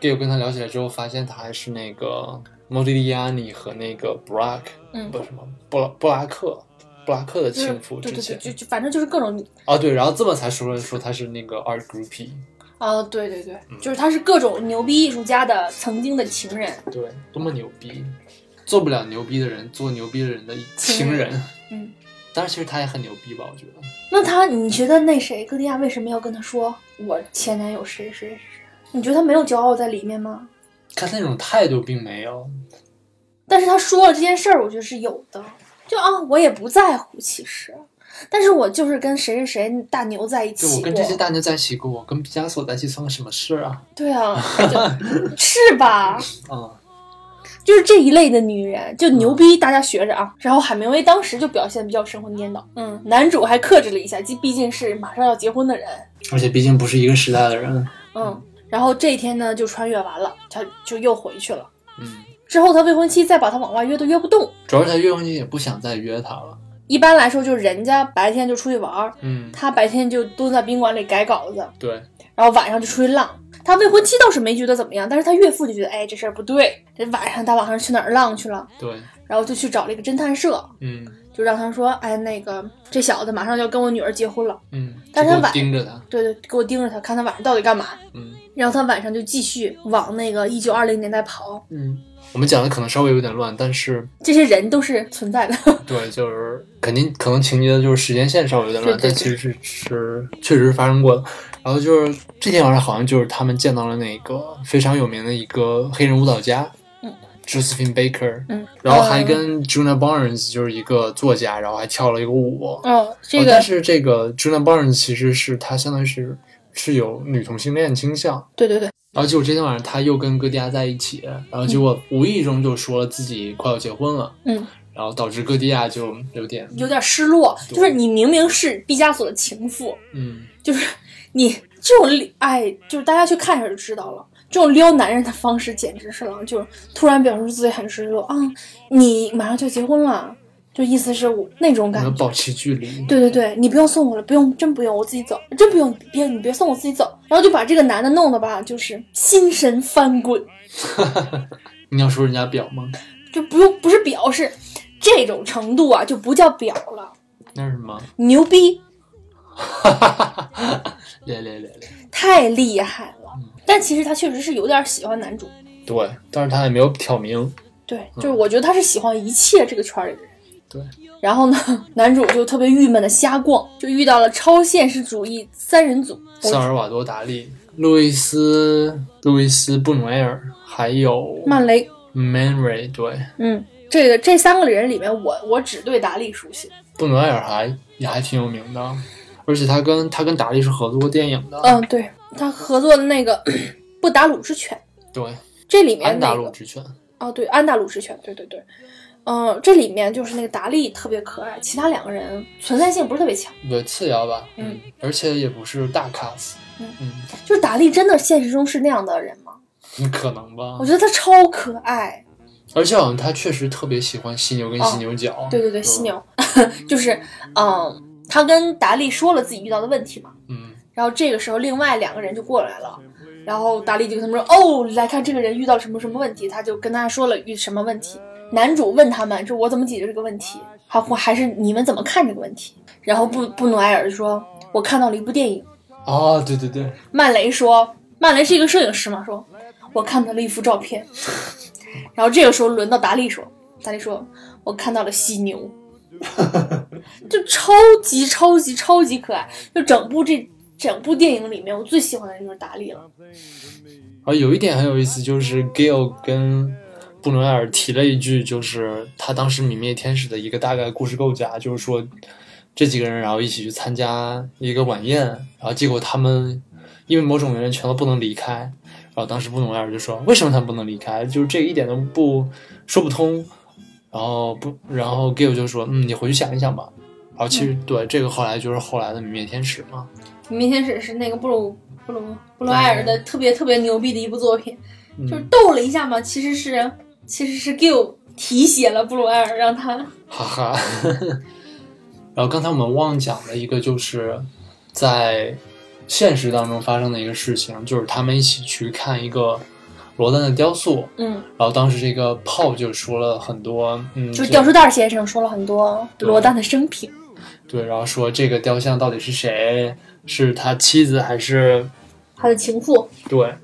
Speaker 1: Gil 跟他聊起来之后，发现他还是那个莫迪利亚尼和那个 Brack
Speaker 2: 嗯，
Speaker 1: 不什么布拉布拉克布拉克的
Speaker 2: 就是
Speaker 1: 情妇
Speaker 2: 对
Speaker 1: 之
Speaker 2: 对对，
Speaker 1: 前
Speaker 2: 就就反正就是各种
Speaker 1: 啊对，然后这么才说了说他是那个 art groupie，
Speaker 2: 啊，对对对，
Speaker 1: 嗯
Speaker 2: 就是他是各种牛逼艺术家的曾经的情人，
Speaker 1: 对，多么牛逼，做不了牛逼的人，做牛逼的人的情
Speaker 2: 情人
Speaker 1: 人，
Speaker 2: 嗯。
Speaker 1: 当然，其实他也很牛逼吧，我觉得。
Speaker 2: 那他，你觉得那谁歌迪亚为什么要跟他说我前男友谁谁谁？你觉得他没有骄傲在里面吗？
Speaker 1: 他那种态度并没有，
Speaker 2: 但是他说了这件事儿，我觉得是有的。就啊，我也不在乎，其实，但是我就是跟谁谁谁大牛在一起
Speaker 1: 就
Speaker 2: 过，
Speaker 1: 我跟这些大牛在一起过，我跟毕加索在一起算个什么事儿啊？
Speaker 2: 对啊，就是 [laughs] 吧？
Speaker 1: 嗯，
Speaker 2: 就是这一类的女人，就牛逼，大家学着啊。然后海明威当时就表现比较神魂颠倒，嗯，男主还克制了一下，既毕竟是马上要结婚的人，
Speaker 1: 而且毕竟不是一个时代的人。
Speaker 2: 嗯。然后这一天呢，就穿越完了，他就又回去了。
Speaker 1: 嗯，
Speaker 2: 之后他未婚妻再把他往外约都约不动。
Speaker 1: 主要是他约婚期也不想再约他了。
Speaker 2: 一般来说，就是人家白天就出去玩儿，
Speaker 1: 嗯，
Speaker 2: 他白天就蹲在宾馆里改稿子，
Speaker 1: 对，
Speaker 2: 然后晚上就出去浪。他未婚妻倒是没觉得怎么样，但是他岳父就觉得，哎，这事儿不对。这晚上他晚上去哪儿浪去了？
Speaker 1: 对，
Speaker 2: 然后就去找了一个侦探社，
Speaker 1: 嗯
Speaker 2: 就让他说，哎，那个这小子马上就要跟我女儿结婚了，
Speaker 1: 嗯，
Speaker 2: 但是
Speaker 1: 就
Speaker 2: 他
Speaker 1: 给我
Speaker 2: 晚
Speaker 1: 盯着他，
Speaker 2: 对对，给我盯着他，看他晚上到底干嘛。
Speaker 1: 嗯
Speaker 2: 然后他晚上就继续往那个一九二零年代跑。
Speaker 1: 嗯。我们讲的可能稍微有点乱，但是
Speaker 2: 这些人都是存在的， [laughs]
Speaker 1: 对，就是肯定可能情节就是时间线稍微有点乱，
Speaker 2: 对对
Speaker 1: 但其实是是确实是发生过的。然后就是这天晚上好像就是他们见到了那个非常有名的一个黑人舞蹈家，
Speaker 2: 嗯
Speaker 1: ，Josephine Baker，
Speaker 2: 嗯，
Speaker 1: 然后还跟 Juna Barnes 就是一个作家，然后还跳了一个舞。
Speaker 2: 哦，这
Speaker 1: 哦
Speaker 2: 个
Speaker 1: 但是这个 Juna Barnes 其实是她相当于是是有女同性恋倾向。
Speaker 2: 对对对，
Speaker 1: 然后结果这天晚上她又跟戈迪亚在一起，然后结果无意中就说了自己快要结婚了，
Speaker 2: 嗯，
Speaker 1: 然后导致戈迪亚就有点
Speaker 2: 有点失落，
Speaker 1: 对
Speaker 2: 就是你明明是毕加索的情妇，
Speaker 1: 嗯，
Speaker 2: 就是你这种哎，就是大家去看一下就知道了。这种撩男人的方式简直是了，就是突然表示自己很失落啊，你马上就要结婚了，就意思是我那种
Speaker 1: 然后
Speaker 2: 感觉。
Speaker 1: 保持距离。
Speaker 2: 对对对，你不用送我了，不用，真不用，我自己走，真不用，别你别送我自己走，然后就把这个男的弄得吧，就是心神翻滚，
Speaker 1: [laughs] 你要说人家表吗？
Speaker 2: 就不用不是表是这种程度啊，就不叫表了，
Speaker 1: 那是什么？ [laughs]
Speaker 2: 牛逼，
Speaker 1: 来来来来，
Speaker 2: 太厉害了。但其实他确实是有点喜欢男主，
Speaker 1: 对，但是他也没有挑明。
Speaker 2: 对，
Speaker 1: 嗯
Speaker 2: 就是我觉得他是喜欢一切这个圈里的人。
Speaker 1: 对，
Speaker 2: 然后呢，男主就特别郁闷的瞎逛，就遇到了超现实主义三人组。
Speaker 1: 萨尔瓦多·达利、路易斯、路易斯·布努埃尔，还有
Speaker 2: 曼雷，
Speaker 1: Man Ray，对，
Speaker 2: 嗯，这个这三个人里面我，我只对达利熟悉。
Speaker 1: 布努埃尔还也还挺有名的，而且他跟他跟达利是合作过电影的，
Speaker 2: 嗯，对他合作的那个 [clears throat] 不打鲁之犬，
Speaker 1: 对，
Speaker 2: 这里面
Speaker 1: 安达
Speaker 2: 那
Speaker 1: 鲁
Speaker 2: 个
Speaker 1: 之犬，
Speaker 2: 哦，对安达鲁之犬，对对对，嗯、这里面就是那个达利特别可爱，其他两个人存在性不是特别强。
Speaker 1: 对，次要吧，
Speaker 2: 嗯，
Speaker 1: 而且也不是大 cast，
Speaker 2: 嗯
Speaker 1: 嗯
Speaker 2: 就是达利真的现实中是那样的人吗？
Speaker 1: 嗯，可能吧
Speaker 2: 我，觉得他超可爱。
Speaker 1: 而且好像他确实特别喜欢犀牛跟犀牛角，
Speaker 2: 哦对对对，
Speaker 1: 嗯
Speaker 2: 犀，牛， [laughs] 就是嗯，他跟达利说了自己遇到的问题嘛，
Speaker 1: 嗯，
Speaker 2: 然后这个时候另外两个人就过来了，然后达利就跟他们说，哦，来看这个人遇到了什么什么问题，他就跟他说了遇什么问题。男主问他们，这我怎么解决这个问题？还或还是你们怎么看这个问题？然后布布努埃尔就说，我看到了一部电影。
Speaker 1: 哦，对对对，
Speaker 2: 曼雷说，曼雷是一个摄影师嘛，说我看到了一幅照片。 [laughs] 然后这个时候轮到达利说，达利说我看到了犀牛，就超级超级超级可爱。就整部这整部电影里面，我最喜欢的就是达利了。
Speaker 1: 而有一点很有意思，就是 Gil 跟布伦埃尔提了一句，就是他当时《泯灭天使》的一个大概故事构架，就是说这几个人然后一起去参加一个晚宴，然后结果他们因为某种原因全都不能离开，然后当时布伦埃尔就说为什么他们不能离开，就是这一点都不说不通，然后不，然后 Gil 就说嗯，你回去想一想吧。然后其实
Speaker 2: 嗯
Speaker 1: 对这个后来就是后来的《泯灭天使》嘛，
Speaker 2: 明天使是那个布鲁布鲁布鲁埃尔的特别特别牛逼的一部作品，就是
Speaker 1: 嗯，
Speaker 2: 逗了一下嘛，其实是其实是 Gil 提携了布鲁埃尔，让他
Speaker 1: 哈哈。然后刚才我们忘讲了一个，就是在现实当中发生的一个事情，就是他们一起去看一个罗丹的雕塑，
Speaker 2: 嗯，
Speaker 1: 然后当时这个炮就说了很多，嗯，
Speaker 2: 就是
Speaker 1: 这
Speaker 2: 吊书袋先生说了很多
Speaker 1: 对
Speaker 2: 罗丹的生平。
Speaker 1: 对，然后说这个雕像到底是谁，是他妻子还是
Speaker 2: 他的情妇。
Speaker 1: 对？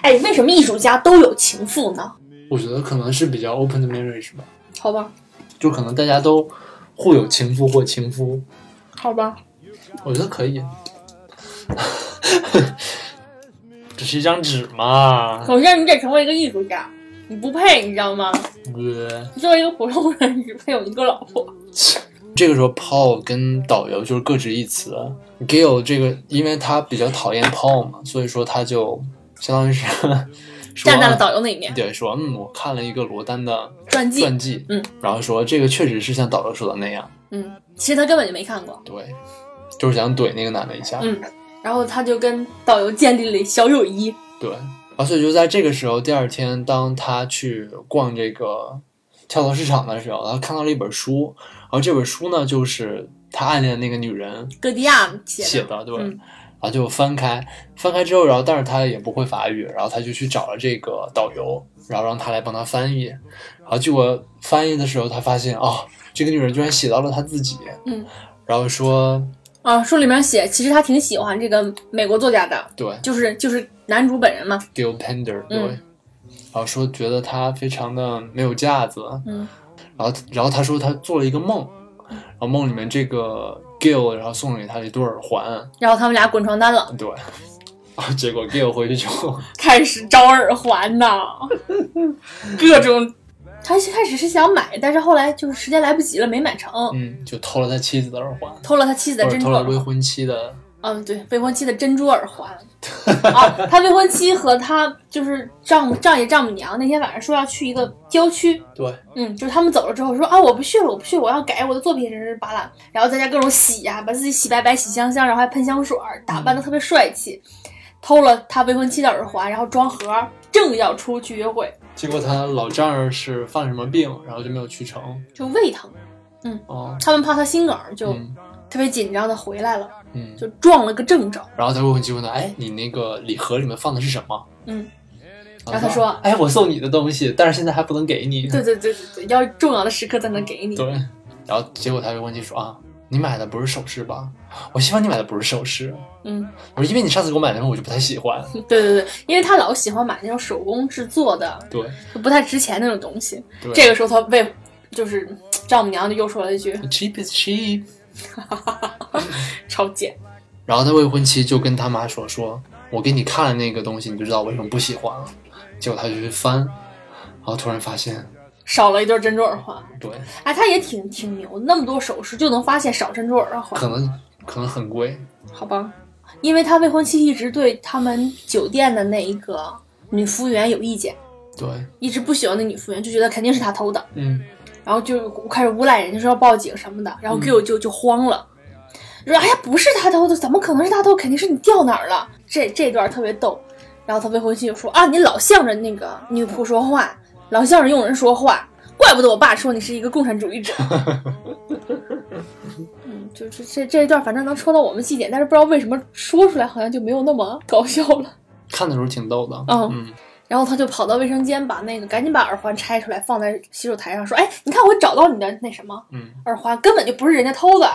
Speaker 2: 哎，为什么艺术家都有情妇呢？
Speaker 1: 我觉得可能是比较 open 的 marriage 吧，
Speaker 2: 好吧，
Speaker 1: 就可能大家都互有情夫或情夫，
Speaker 2: 好吧，
Speaker 1: 我觉得可以。 [laughs] 只是一张纸嘛，
Speaker 2: 首先你得成为一个艺术家，你不配，你知道吗？
Speaker 1: 对不对？
Speaker 2: 你作为一个普通人，你只配有一个老婆。
Speaker 1: 这个时候，Paul 跟导游就是各执一词。Gil 这个，因为他比较讨厌 Paul 嘛，所以说他就相当于是 [laughs] 说
Speaker 2: 站在了导游那一面，
Speaker 1: 对，说嗯，我看了一个罗丹的
Speaker 2: 传记，
Speaker 1: 传记，
Speaker 2: 嗯，
Speaker 1: 然后说这个确实是像导游说的那样，
Speaker 2: 嗯，其实他根本就没看过。
Speaker 1: 对，就是想怼那个男的一下，
Speaker 2: 嗯然后他就跟导游建立了小友谊。
Speaker 1: 对，啊，所以就在这个时候，第二天当他去逛这个跳蚤市场的时候，他看到了一本书，然后这本书呢，就是他暗恋的那个女人
Speaker 2: 戈迪亚写的，
Speaker 1: 写的，对。
Speaker 2: 嗯
Speaker 1: 然后就翻开，翻开之后，然后但是他也不会法语，然后他就去找了这个导游，然后让他来帮他翻译。然后结果翻译的时候，他发现哦，这个女人居然写到了他自己，
Speaker 2: 嗯，
Speaker 1: 然后说
Speaker 2: 啊，书里面写，其实他挺喜欢这个美国作家的，
Speaker 1: 对
Speaker 2: 就是就是男主本人嘛。
Speaker 1: ，Gil Pender，对，
Speaker 2: 嗯
Speaker 1: 然后说觉得他非常的没有架子，
Speaker 2: 嗯
Speaker 1: 然后然后他说他做了一个梦，然后梦里面这个 Gill 然后送给他一对耳环，
Speaker 2: 然后他们俩滚床单了，
Speaker 1: 对，啊，结果 Gill 回去就
Speaker 2: [laughs] 开始找耳环呐， [laughs] 各种。他一开始是想买，但是后来就是时间来不及了，没买成，
Speaker 1: 嗯就偷了他妻子的耳环，
Speaker 2: 偷了他妻子
Speaker 1: 或
Speaker 2: 的
Speaker 1: 者
Speaker 2: 珍珠
Speaker 1: 偷
Speaker 2: 耳
Speaker 1: 了
Speaker 2: 环
Speaker 1: 未。婚妻的，
Speaker 2: 嗯，对，未婚妻的珍珠耳环。 [laughs] 啊，他未婚妻和他就是丈母丈爷丈母娘那天晚上说要去一个郊区，
Speaker 1: 对，
Speaker 2: 嗯，就是他们走了之后说啊，我不去了，我不去了，我要改我的作品，是巴拉，然后在家各种洗呀、把自己洗白白、洗香香，然后还喷香水儿，打扮
Speaker 1: 嗯
Speaker 2: 的特别帅气，偷了他未婚妻的耳环，然后装盒，正要出去约会，
Speaker 1: 结果他老丈人是犯什么病，然后就没有去成，
Speaker 2: 就胃疼，
Speaker 1: 哦，
Speaker 2: 他们怕他心梗，就
Speaker 1: 嗯
Speaker 2: 特别紧张的回来了，
Speaker 1: 嗯，
Speaker 2: 就撞了个正着，
Speaker 1: 然后他未婚妻问他，哎，你那个礼盒里面放的是什么？
Speaker 2: 嗯，
Speaker 1: 然
Speaker 2: 然后他说
Speaker 1: 哎，我送你的东西，但是现在还不能给你，
Speaker 2: 对对对对对，要重要的时刻才能给你，
Speaker 1: 嗯对，然后结果他就问妻说啊，你买的不是首饰吧？我希望你买的不是首饰。
Speaker 2: 嗯。
Speaker 1: 我说因为你上次给我买的时候我就不太喜
Speaker 2: [laughs]
Speaker 1: 欢。
Speaker 2: 对对对，因为他老喜欢买那种手工制作的，
Speaker 1: 对，
Speaker 2: 就不太值钱那种东西。
Speaker 1: 对
Speaker 2: 这个时候他为就是丈母娘就又说了一句
Speaker 1: cheap is cheap。
Speaker 2: 超贱，
Speaker 1: 然后他未婚妻就跟他妈说说，我给你看了那个东西，你就知道我为什么不喜欢了。结果他就去翻，然后突然发现，
Speaker 2: 少了一对珍珠耳环。
Speaker 1: 对，
Speaker 2: 哎，他也挺挺牛，那么多首饰就能发现少珍珠耳环
Speaker 1: 可，能可能很贵。
Speaker 2: 好吧？因为他未婚妻一直对他们酒店的那一个女服务员有意见，
Speaker 1: 对，
Speaker 2: 一直不喜欢那女服务员，就觉得肯定是他偷的。
Speaker 1: 嗯，
Speaker 2: 然后就开始诬赖人，就说要报警什么的，然后
Speaker 1: 嗯
Speaker 2: Gil 就就慌了，就说哎呀不是他偷的，怎么可能是他偷？肯定是你掉哪儿了。这这段特别逗。然后他未婚妻就说啊，你老向着那个女仆说话，老向着佣人说话，怪不得我爸说你是一个共产主义者。嗯，就是这这一段反正能戳到我们绩点，但是不知道为什么说出来好像就没有那么 [laughs] 搞笑了。
Speaker 1: 看的时候挺逗的。
Speaker 2: 嗯
Speaker 1: 嗯，
Speaker 2: 然后他就跑到卫生间，把那个赶紧把耳环拆出来，放在洗手台上，说：“哎，你看我找到你的那什么，
Speaker 1: 嗯
Speaker 2: 耳环根本就不是人家偷的，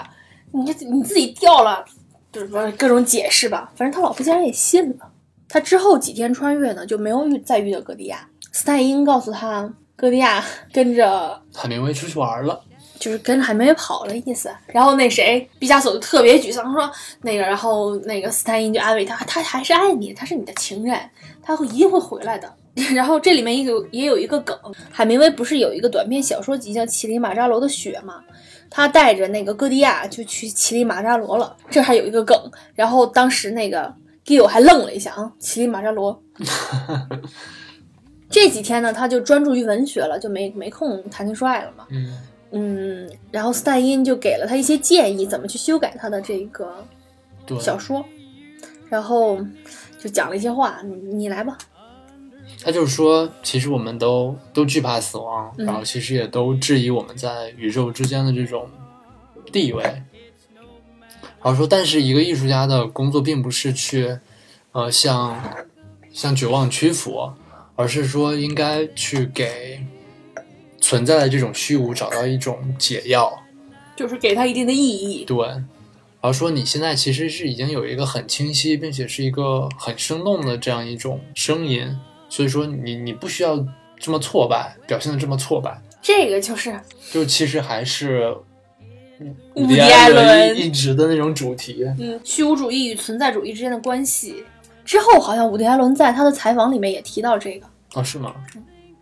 Speaker 2: 你你自己掉了，就是说各种解释吧。反正他老婆竟然也信了。他之后几天穿越呢，就没有遇再遇到歌迪亚。斯泰因告诉他，歌迪亚跟着
Speaker 1: 海明威出去玩了。
Speaker 2: 就是跟着海梅跑了意思。然后那谁，毕加索就特别沮丧，说那个，然后那个斯坦因就安慰他，他还是爱你，他是你的情人，他会一定会回来的。 [laughs] 然后这里面也有也有一个梗，海明威不是有一个短篇小说集叫《乞力马扎罗的雪》吗？他带着那个戈迪亚就去乞力马扎罗了，这还有一个梗。然后当时那个 Gil 还愣了一下啊，乞力马扎罗。这几天呢，他就专注于文学了，就没没空谈情说爱了嘛。
Speaker 1: [laughs] 嗯，
Speaker 2: 嗯，然后斯泰因就给了他一些建议，怎么去修改他的这个
Speaker 1: 对。
Speaker 2: 小说，然后就讲了一些话，你你来吧，
Speaker 1: 他就是说，其实我们都都惧怕死亡，
Speaker 2: 嗯
Speaker 1: 然后其实也都质疑我们在宇宙之间的这种地位。然后说，但是一个艺术家的工作并不是去，呃，向向绝望屈服，而是说应该去给存在的这种虚无找到一种解药。
Speaker 2: 就是给他一定的意义。
Speaker 1: 对，然后说你现在其实是已经有一个很清晰，并且是一个很生动的这样一种声音，所以说你你不需要这么挫败，表现的这么挫败，
Speaker 2: 这个就是
Speaker 1: 就其实还是
Speaker 2: 伍
Speaker 1: 迪
Speaker 2: 迪艾伦
Speaker 1: 一一直的那种主题，
Speaker 2: 嗯，虚无主义与存在主义之间的关系。之后好像伍迪·艾伦在他的采访里面也提到这个，
Speaker 1: 哦，是吗？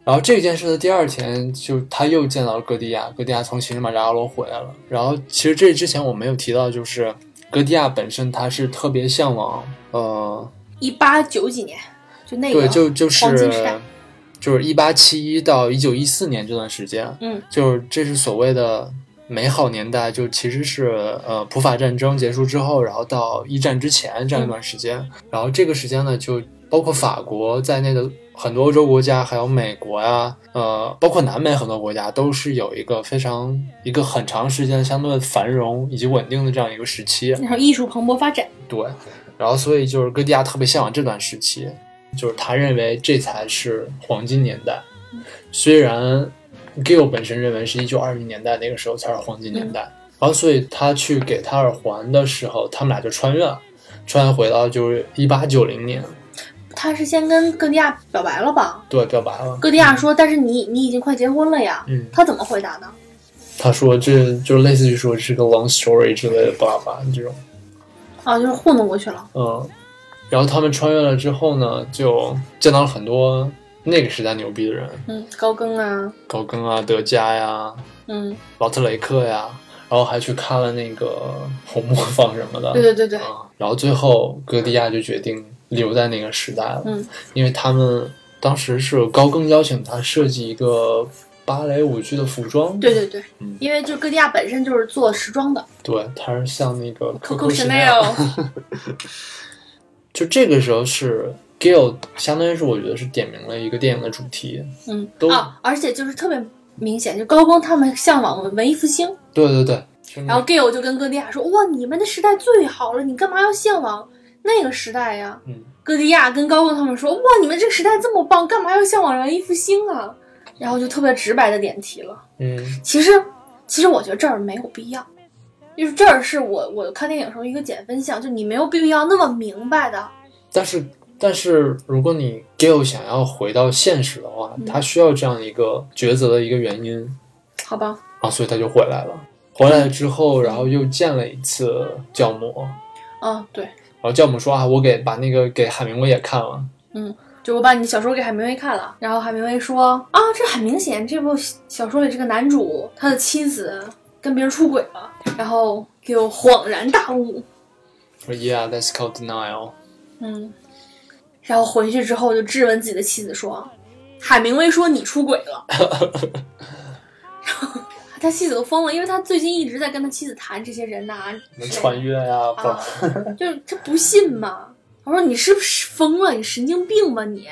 Speaker 1: 然后这件事的第二天，就他又见到了戈迪亚，戈迪亚从乞力马扎罗回来了。然后其实这之前我没有提到，就是戈迪亚本身他是特别向往，呃，
Speaker 2: 一八九几年，就那个
Speaker 1: 对，就就是
Speaker 2: 哎黄金时代
Speaker 1: 就是一八七一到一九一四年这段时间，
Speaker 2: 嗯，
Speaker 1: 就是这是所谓的美好年代，就其实是呃普法战争结束之后，然后到一战之前
Speaker 2: 嗯
Speaker 1: 这样一段时间，然后这个时间呢，就包括法国在内的很多欧洲国家，还有美国呀、呃，包括南美很多国家，都是有一个非常一个很长时间相对繁荣以及稳定的这样一个时期，
Speaker 2: 然后艺术蓬勃发展，
Speaker 1: 对，然后所以就是戈迪亚特别向往这段时期，就是他认为这才是黄金年代。虽然 Gill 本身认为是一九二零年代那个时候才是黄金年代，然后所以他去给他耳环的时候，他们俩就穿越了，穿越回到就是一八九零年，
Speaker 2: 他是先跟戈迪亚表白了吧？
Speaker 1: 对，表白了。
Speaker 2: 戈迪亚说：“但是你你已经快结婚了呀。
Speaker 1: 嗯”
Speaker 2: 他怎么回答的？
Speaker 1: 他说这就类似于说是个 long story 之类的巴拉巴拉这种，
Speaker 2: 啊，就是糊弄过去了。
Speaker 1: 嗯，然后他们穿越了之后呢，就见到了很多那个时代牛逼的人，
Speaker 2: 嗯，高更啊，
Speaker 1: 高更啊、德加呀、
Speaker 2: 嗯，
Speaker 1: 劳特雷克呀，然后还去看了那个红磨坊什么的，
Speaker 2: 对对对对，
Speaker 1: 啊，然后最后哥迪亚就决定留在那个时代了，
Speaker 2: 嗯，
Speaker 1: 因为他们当时是高更邀请他设计一个芭蕾舞剧的服装，
Speaker 2: 对对对
Speaker 1: 嗯，
Speaker 2: 因为就哥迪亚本身就是做时装的
Speaker 1: 对，他是像那个
Speaker 2: ，Coco
Speaker 1: Chanel，
Speaker 2: Chanel，
Speaker 1: 就这个时候是 Gill，相当于是我觉得是点明了一个电影的主题，
Speaker 2: 嗯
Speaker 1: 都
Speaker 2: 啊，而且就是特别明显，就高更他们向往文艺复兴，
Speaker 1: 对对对，是那
Speaker 2: 然后 Gale 就跟哥迪亚说：“哇，你们的时代最好了，你干嘛要向往那个时代呀
Speaker 1: 嗯，？”
Speaker 2: 哥迪亚跟高更他们说：“哇，你们这个时代这么棒，干嘛要向往文艺复兴啊？”然后就特别直白的点题了。
Speaker 1: 嗯
Speaker 2: 其实，其实我觉得这儿没有必要，就是这儿是我我看电影时候一个减分项，就你没有必要那么明白的。
Speaker 1: 但是但是如果你 Gill 想要回到现实的话，
Speaker 2: 嗯
Speaker 1: 他需要这样一个抉择的一个原因，
Speaker 2: 好吧，
Speaker 1: 啊，所以他就回来了。回来之
Speaker 2: 嗯
Speaker 1: 后，然后又见了一次教母，
Speaker 2: 啊，对，
Speaker 1: 然后教母说啊，我给把那个给海明威也看了，
Speaker 2: 就我把你小说给海明威看了，然后海明威说：“啊，这很明显，这部小说里这个男主他的妻子跟别人出轨了。”然后就恍然大悟，
Speaker 1: 说 Yeah, that's called denial。
Speaker 2: 嗯，然后回去之后就质问自己的妻子说：“海明威说你出轨了。”然后他妻子都疯了，因为他最近一直在跟他妻子谈这些人呐、
Speaker 1: 能穿越呀、不、
Speaker 2: 啊， [laughs] 就是他不信嘛。我说你是不是疯了？你神经病吧你！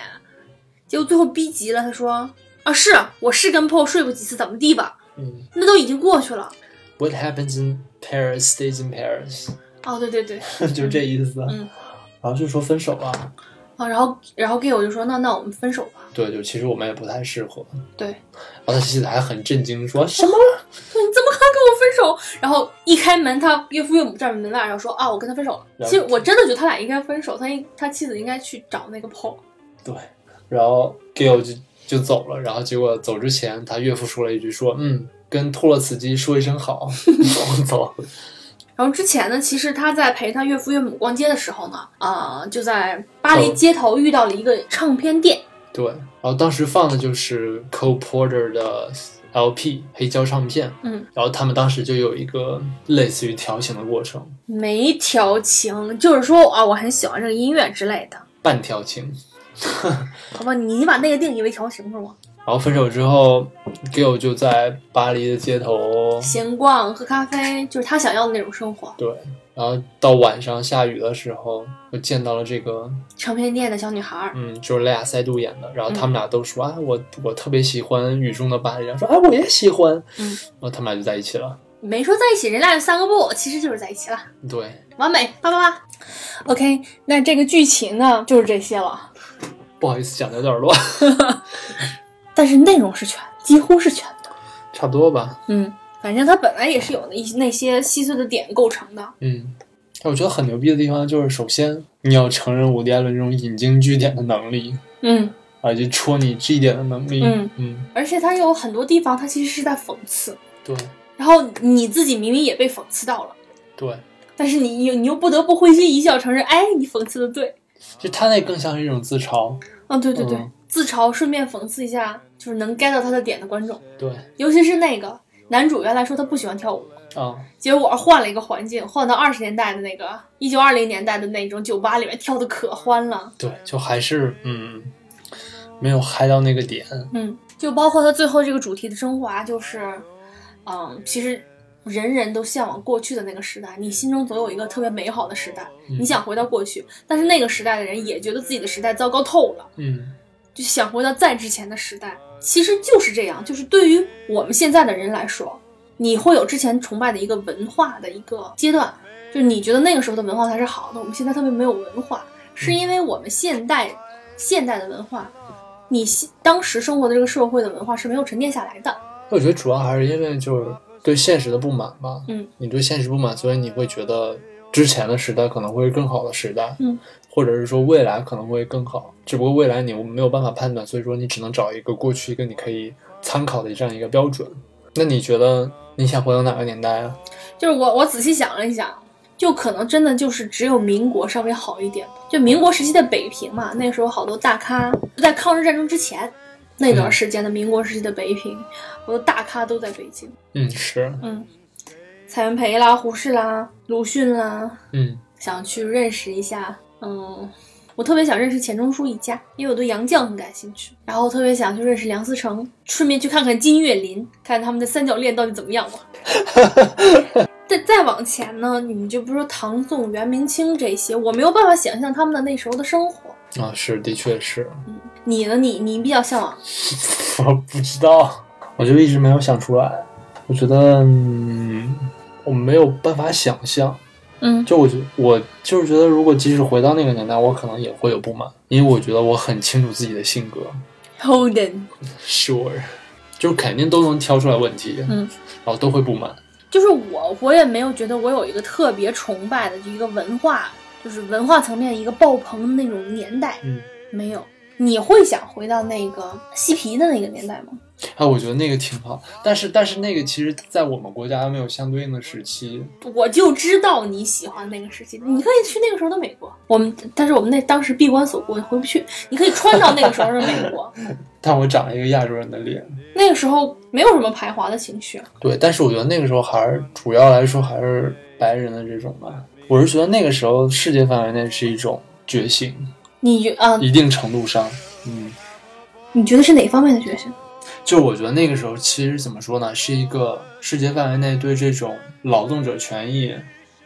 Speaker 2: 结果最后逼急了，他说啊，是我是跟 Paul 睡过几次，怎么地吧？
Speaker 1: 嗯
Speaker 2: 那都已经过去了。
Speaker 1: ，What happens in Paris stays in Paris， [laughs]
Speaker 2: 哦，对对对，
Speaker 1: 就这意思。
Speaker 2: 嗯，
Speaker 1: 然后就说分手啊，
Speaker 2: 啊，然后然后 Gay 我就说那那我们分手吧。
Speaker 1: 对，就其实我们也不太适合。
Speaker 2: 对，
Speaker 1: 然后他妻子还很震惊，说什么？
Speaker 2: 说你怎么可能跟我分手？然后一开门，他岳父岳母站在门外，然后说啊，我跟他分手了。
Speaker 1: 然后
Speaker 2: 其实我真的觉得他俩应该分手，他应他妻子应该去找那个 Paul。
Speaker 1: 对，然后 Gail 就就走了，然后结果走之前，他岳父说了一句说，嗯，跟托洛茨基说一声好， [laughs] 我走。
Speaker 2: 然后之前呢，其实他在陪他岳父岳母逛街的时候呢，啊、就在巴黎街头遇到了一个唱片店，
Speaker 1: 对，然后当时放的就是 Cole Porter 的 LP 黑胶唱片，
Speaker 2: 嗯，
Speaker 1: 然后他们当时就有一个类似于调情的过程，
Speaker 2: 没调情，就是说啊，我很喜欢这个音乐之类的，
Speaker 1: 半调情。 [laughs]
Speaker 2: 好吧？你把那个定义为调情是吗？
Speaker 1: 然后分手之后，Gail 就在巴黎的街头，
Speaker 2: 闲逛、喝咖啡，就是他想要的那种生活。
Speaker 1: 对，然后到晚上下雨的时候，我见到了这个
Speaker 2: 唱片店的小女孩儿，
Speaker 1: 嗯，就是雷亚塞杜演的，然后他
Speaker 2: 嗯
Speaker 1: 们俩都说、啊，我我特别喜欢雨中的巴黎，然后说啊，我也喜欢，
Speaker 2: 嗯
Speaker 1: 然后他们俩就在一起了。
Speaker 2: 没说在一起，人俩散个步，其实就是在一起了。
Speaker 1: 对，
Speaker 2: 完美，叭叭叭。OK，那这个剧情呢，就是这些了，
Speaker 1: 不好意思讲的有点乱，
Speaker 2: 但是内容是全，几乎是全的。
Speaker 1: 差不多吧。
Speaker 2: 嗯，反正它本来也是有那一那些细碎的点构成的。
Speaker 1: 嗯，但我觉得很牛逼的地方就是，首先你要承认伍迪·艾伦这种引经据典的能力，
Speaker 2: 嗯，
Speaker 1: 以及戳你这一点的能力。
Speaker 2: 嗯
Speaker 1: 嗯，
Speaker 2: 而且它有很多地方，它其实是在讽刺，
Speaker 1: 对
Speaker 2: 然后你自己明明也被讽刺到了，
Speaker 1: 对，
Speaker 2: 但是你又你又不得不会心一笑，承认，哎，你讽刺的对。
Speaker 1: 就他那更像是一种自嘲。
Speaker 2: 啊，对对对，
Speaker 1: 嗯
Speaker 2: 自嘲顺便讽刺一下，就是能 get 到他的点的观众，
Speaker 1: 对
Speaker 2: 尤其是那个男主原来说他不喜欢跳舞，
Speaker 1: 啊，
Speaker 2: 结果换了一个环境，换到二十年代的那个一九二零年代的那种酒吧里面跳的可欢了，
Speaker 1: 对，就还是嗯，没有嗨到那个点。
Speaker 2: 嗯，就包括他最后这个主题的升华，就是，嗯，其实人人都向往过去的那个时代，你心中总有一个特别美好的时代，
Speaker 1: 嗯
Speaker 2: 你想回到过去，但是那个时代的人也觉得自己的时代糟糕透了，
Speaker 1: 嗯，
Speaker 2: 就想回到再之前的时代。其实就是这样，就是对于我们现在的人来说，你会有之前崇拜的一个文化的一个阶段，就是你觉得那个时候的文化才是好的，我们现在特别没有文化，是因为我们现代现代的文化，你现当时生活的这个社会的文化是没有沉淀下来的。
Speaker 1: 我觉得主要还是因为就是对现实的不满吧。
Speaker 2: 嗯，
Speaker 1: 你对现实不满，所以你会觉得之前的时代可能会是更好的时代。
Speaker 2: 嗯，
Speaker 1: 或者是说未来可能会更好，只不过未来你没有办法判断，所以说你只能找一个过去一个你可以参考的这样一个标准。那你觉得你想回到哪个年代啊？
Speaker 2: 就是我我仔细想了一想，就可能真的就是只有民国稍微好一点吧，就民国时期的北平嘛，那时候好多大咖就在抗日战争之前那段时间的民国时期的北平，好多大咖都在北京，
Speaker 1: 嗯，是，
Speaker 2: 嗯，蔡元培啦、胡适啦、鲁迅啦，
Speaker 1: 嗯
Speaker 2: 想去认识一下，嗯。我特别想认识钱钟书一家，因为我对杨绛很感兴趣，然后特别想去认识梁思成，顺便去看看金岳霖，看他们的三角恋到底怎么样吧。再再往前呢，你就不说唐宋元明清这些，我没有办法想象他们的那时候的生活。
Speaker 1: 啊，是，的确是。
Speaker 2: 你呢？你你比较向往
Speaker 1: [laughs] 我不知道，我就一直没有想出来。我觉得，嗯，我没有办法想象。
Speaker 2: 嗯
Speaker 1: 就我觉，我就是觉得，如果即使回到那个年代，我可能也会有不满，因为我觉得我很清楚自己的性格。
Speaker 2: Holden，
Speaker 1: Sure，就是肯定都能挑出来问题，
Speaker 2: 嗯，
Speaker 1: 然后都会不满。
Speaker 2: 就是我，我也没有觉得我有一个特别崇拜的一个文化，就是文化层面一个爆棚的那种年代，
Speaker 1: 嗯，
Speaker 2: 没有。你会想回到那个嬉皮的那个年代吗？
Speaker 1: 啊，我觉得那个挺好，但是但是那个其实，在我们国家没有相对应的时期，
Speaker 2: 我就知道你喜欢那个时期，你可以去那个时候的美国。我们，但是我们那当时闭关锁国，回不去。你可以穿到那个时候的美国，
Speaker 1: 但我长了一个亚洲人的脸。
Speaker 2: 那个时候没有什么排华的情绪。
Speaker 1: 对，但是我觉得那个时候还是主要来说还是白人的这种吧。我是觉得那个时候世界范围内是一种觉醒，
Speaker 2: 你啊，
Speaker 1: 一定程度上，嗯，
Speaker 2: 你觉得是哪方面的觉醒？
Speaker 1: 就我觉得那个时候其实怎么说呢，是一个世界范围内对这种劳动者权益，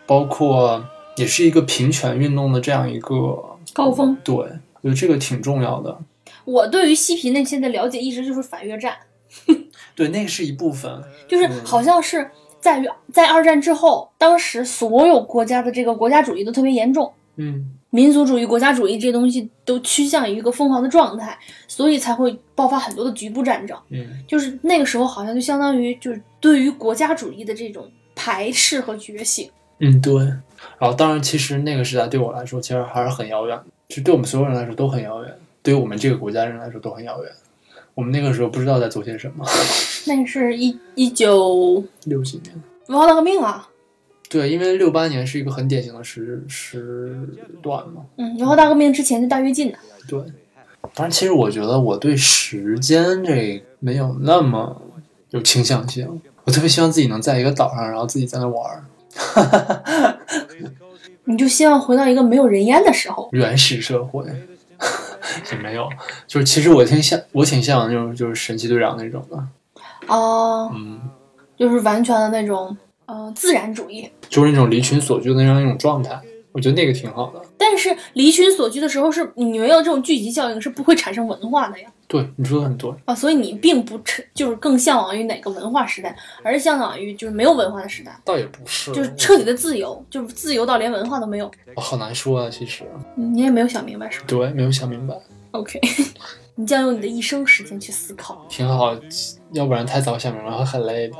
Speaker 1: 包括也是一个平权运动的这样一个
Speaker 2: 高峰。
Speaker 1: 对，我觉得这个挺重要的。
Speaker 2: 我对于嬉皮那些的了解，一直就是反越战，
Speaker 1: 对，那个是一部分，
Speaker 2: 就是
Speaker 1: 嗯
Speaker 2: 好像是在于在二战之后，当时所有国家的这个国家主义都特别严重，
Speaker 1: 嗯，
Speaker 2: 民族主义、国家主义这些东西都趋向于一个疯狂的状态，所以才会爆发很多的局部战争。
Speaker 1: 嗯，
Speaker 2: 就是那个时候，好像就相当于就是对于国家主义的这种排斥和觉醒。
Speaker 1: 嗯，对。然后，当然，其实那个时代对我来说，其实还是很遥远的，就对我们所有人来说都很遥远，对于我们这个国家人来说都很遥远。我们那个时候不知道在做些什么， [laughs]
Speaker 2: 那是一一九
Speaker 1: 六几年。
Speaker 2: 文化大革命啊，
Speaker 1: 对，因为六八年是一个很典型的时时段嘛。
Speaker 2: 嗯，文化大革命之前就大跃进的，
Speaker 1: 对，当然，其实我觉得我对时间这没有那么有倾向性。我特别希望自己能在一个岛上，然后自己在那玩儿，
Speaker 2: 你就希望回到一个没有人烟的时候。
Speaker 1: [laughs] 原始社会 [laughs] 也没有。就是其实我挺像，我挺像就是就是神奇队长那种的，
Speaker 2: 哦、
Speaker 1: 嗯，
Speaker 2: 就是完全的那种呃自然主义。
Speaker 1: 就是那种离群索居的那样一种状态。我觉得那个挺好的。
Speaker 2: 但是离群索居的时候是，你没有这种聚集效应是不会产生文化的呀。
Speaker 1: 对，你说的很对。
Speaker 2: 啊，所以你并不吃就是更向往于哪个文化时代，而是向往于就是没有文化的时代。
Speaker 1: 倒也不是，
Speaker 2: 就是彻底的自由，就是自由到连文化都没有。
Speaker 1: 我好难说啊。其实，
Speaker 2: 你也没有想明白是吧
Speaker 1: 对，没有想明白，
Speaker 2: ？OK，你 [laughs] 将用你的一生时间去思考。
Speaker 1: 挺好。要不然太早想明白会很累的。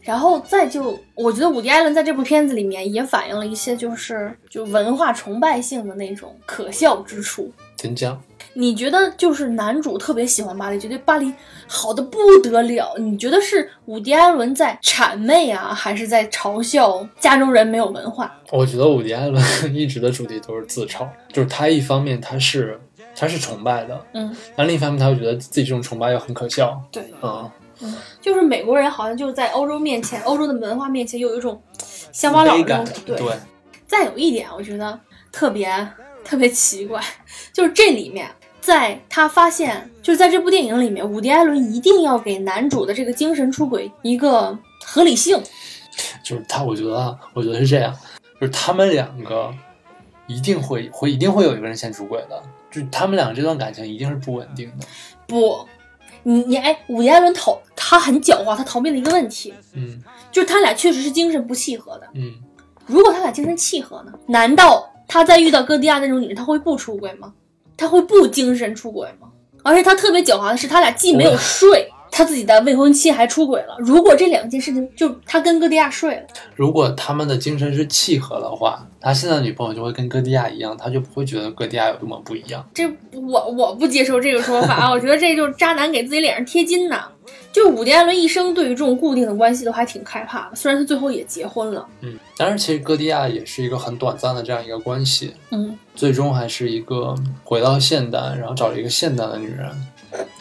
Speaker 2: 然后再就，我觉得伍迪·艾伦在这部片子里面也反映了一些就是就文化崇拜性的那种可笑之处。
Speaker 1: 真讲？
Speaker 2: 你觉得就是男主特别喜欢巴黎，觉得巴黎好的不得了。你觉得是伍迪·艾伦在谄媚啊，还是在嘲笑加州人没有文化？
Speaker 1: 我觉得伍迪·艾伦 [laughs] 一直的主题都是自嘲，就是他一方面他是他是崇拜的，
Speaker 2: 嗯，
Speaker 1: 但另一方面他会觉得自己这种崇拜又很可笑，
Speaker 2: 对，
Speaker 1: 嗯，
Speaker 2: 就是美国人好像就是在欧洲面前、欧洲的文化面前，又有一种乡巴佬
Speaker 1: 卑
Speaker 2: 那
Speaker 1: 感
Speaker 2: 种，
Speaker 1: 对，
Speaker 2: 再有一点，我觉得特别特别奇怪，就是这里面，在他发现，就是在这部电影里面，伍迪·艾伦一定要给男主的这个精神出轨一个合理性。
Speaker 1: 就是他，我觉得啊，我觉得是这样，就是他们两个一定会会一定会有一个人先出轨的，就是他们两个这段感情一定是不稳定的，
Speaker 2: 不，你你哎，伍迪·艾伦逃，他很狡猾，他逃避了一个问题，
Speaker 1: 嗯
Speaker 2: 就是他俩确实是精神不契合的。
Speaker 1: 嗯，
Speaker 2: 如果他俩精神契合呢？难道他在遇到哥迪亚那种女人，他会不出轨吗？他会不精神出轨吗？而且他特别狡猾的是，他俩既没有睡，他自己的未婚妻还出轨了。如果这两件事情，就他跟哥迪亚睡了，
Speaker 1: 如果他们的精神是契合的话，他现在的女朋友就会跟哥迪亚一样，他就不会觉得哥迪亚有多么不一样，
Speaker 2: 这我我不接受这个说法啊！我觉得这就是渣男给自己脸上贴金呐。就伍迪·艾伦一生对于这种固定的关系都还挺害怕的，虽然他最后也结婚了，
Speaker 1: 嗯，当然，其实哥迪亚也是一个很短暂的这样一个关系，
Speaker 2: 嗯，
Speaker 1: 最终还是一个回到现代，然后找了一个现代的女人。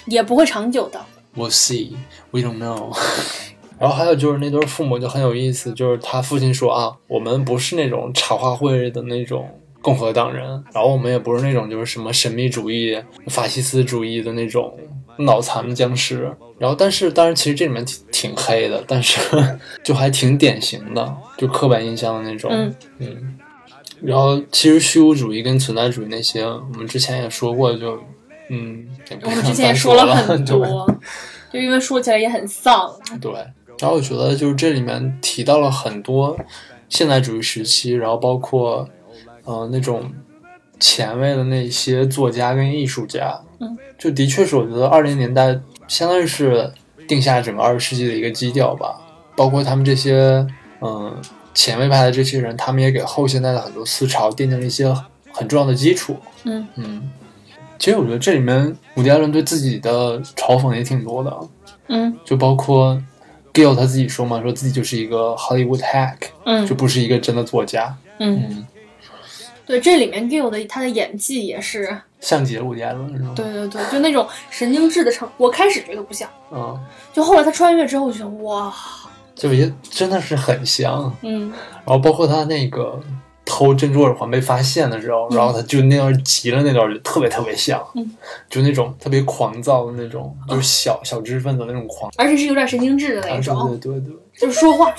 Speaker 2: 也不会长久的。
Speaker 1: We'll see, we don't know 。 [laughs] 然后还有就是那对父母就很有意思，就是他父亲说啊，我们不是那种茶话会的那种共和党人，然后我们也不是那种就是什么神秘主义、法西斯主义的那种脑残僵尸。然后但是当然其实这里面挺挺黑的，但是 [laughs] 就还挺典型的，就刻板印象的那种。 [laughs]
Speaker 2: 嗯
Speaker 1: 嗯然后其实虚无主义跟存在主义那些，我们之前也说过，就嗯，也不
Speaker 2: 我们
Speaker 1: 想
Speaker 2: 之前
Speaker 1: 再
Speaker 2: 也
Speaker 1: 说
Speaker 2: 了很
Speaker 1: 对
Speaker 2: 多， [laughs] 就因为说起来也很丧。
Speaker 1: 对，然后我觉得就是这里面提到了很多现代主义时期，然后包括呃那种前卫的那些作家跟艺术家，
Speaker 2: 嗯，
Speaker 1: 就的确是我觉得二零年代相当于是定下整个二十世纪的一个基调吧，包括他们这些嗯、呃前卫派的这些人，他们也给后现代的很多思潮奠定了一些很重要的基础，
Speaker 2: 嗯
Speaker 1: 嗯。其实我觉得这里面伍迪·艾伦对自己的嘲讽也挺多的，啊
Speaker 2: 嗯
Speaker 1: 就包括 Gill 他自己说嘛，说自己就是一个 Hollywood hack，就
Speaker 2: 嗯
Speaker 1: 不是一个真的作家。
Speaker 2: 嗯，
Speaker 1: 嗯，
Speaker 2: 对，这里面 Gill 的他的演技也是，
Speaker 1: 像极了伍迪·艾伦是吗？，
Speaker 2: 对对对，就那种神经质的程。我开始觉得不像，
Speaker 1: 嗯，
Speaker 2: 就后来他穿越之后，我就觉得哇，
Speaker 1: 就也真的是很像。
Speaker 2: 嗯
Speaker 1: 然后包括他那个偷珍珠耳环被发现的时候，
Speaker 2: 嗯
Speaker 1: 然后他就那段急了那段就特别特别像，
Speaker 2: 嗯
Speaker 1: 就那种特别狂躁的那种，就是小小知识分子那种狂。
Speaker 2: 而且是有点神经质的那
Speaker 1: 啊，
Speaker 2: 种，
Speaker 1: 对对对对
Speaker 2: 就是说话，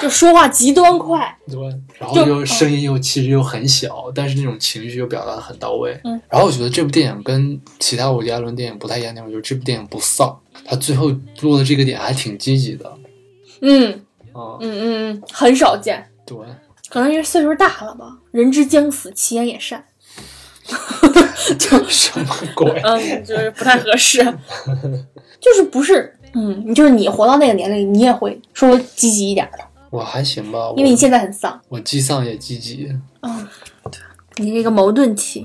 Speaker 2: 就说话极端快。
Speaker 1: 对，然后
Speaker 2: 就哦
Speaker 1: 又声音又其实又很小，但是那种情绪又表达的很到位。
Speaker 2: 嗯，
Speaker 1: 然后我觉得这部电影跟其他伍迪·艾伦电影不太一样的地方，就是这部电影不丧，他最后落的这个点还挺积极的。
Speaker 2: 嗯
Speaker 1: 啊、
Speaker 2: 嗯嗯嗯，很少见，
Speaker 1: 对， [laughs]
Speaker 2: 可能因为岁数大了吧。人之将死，其言
Speaker 1: [laughs]
Speaker 2: 也 [laughs] 善。
Speaker 1: 什么鬼？
Speaker 2: 嗯，就是不太合
Speaker 1: [laughs]
Speaker 2: 适，就是不是，嗯，你就是你活到那个年龄，你也会说积极一点的，
Speaker 1: 我还行吧，我
Speaker 2: 因为你现在很丧。
Speaker 1: 我既丧也积极。
Speaker 2: 嗯，对，你这个矛盾体，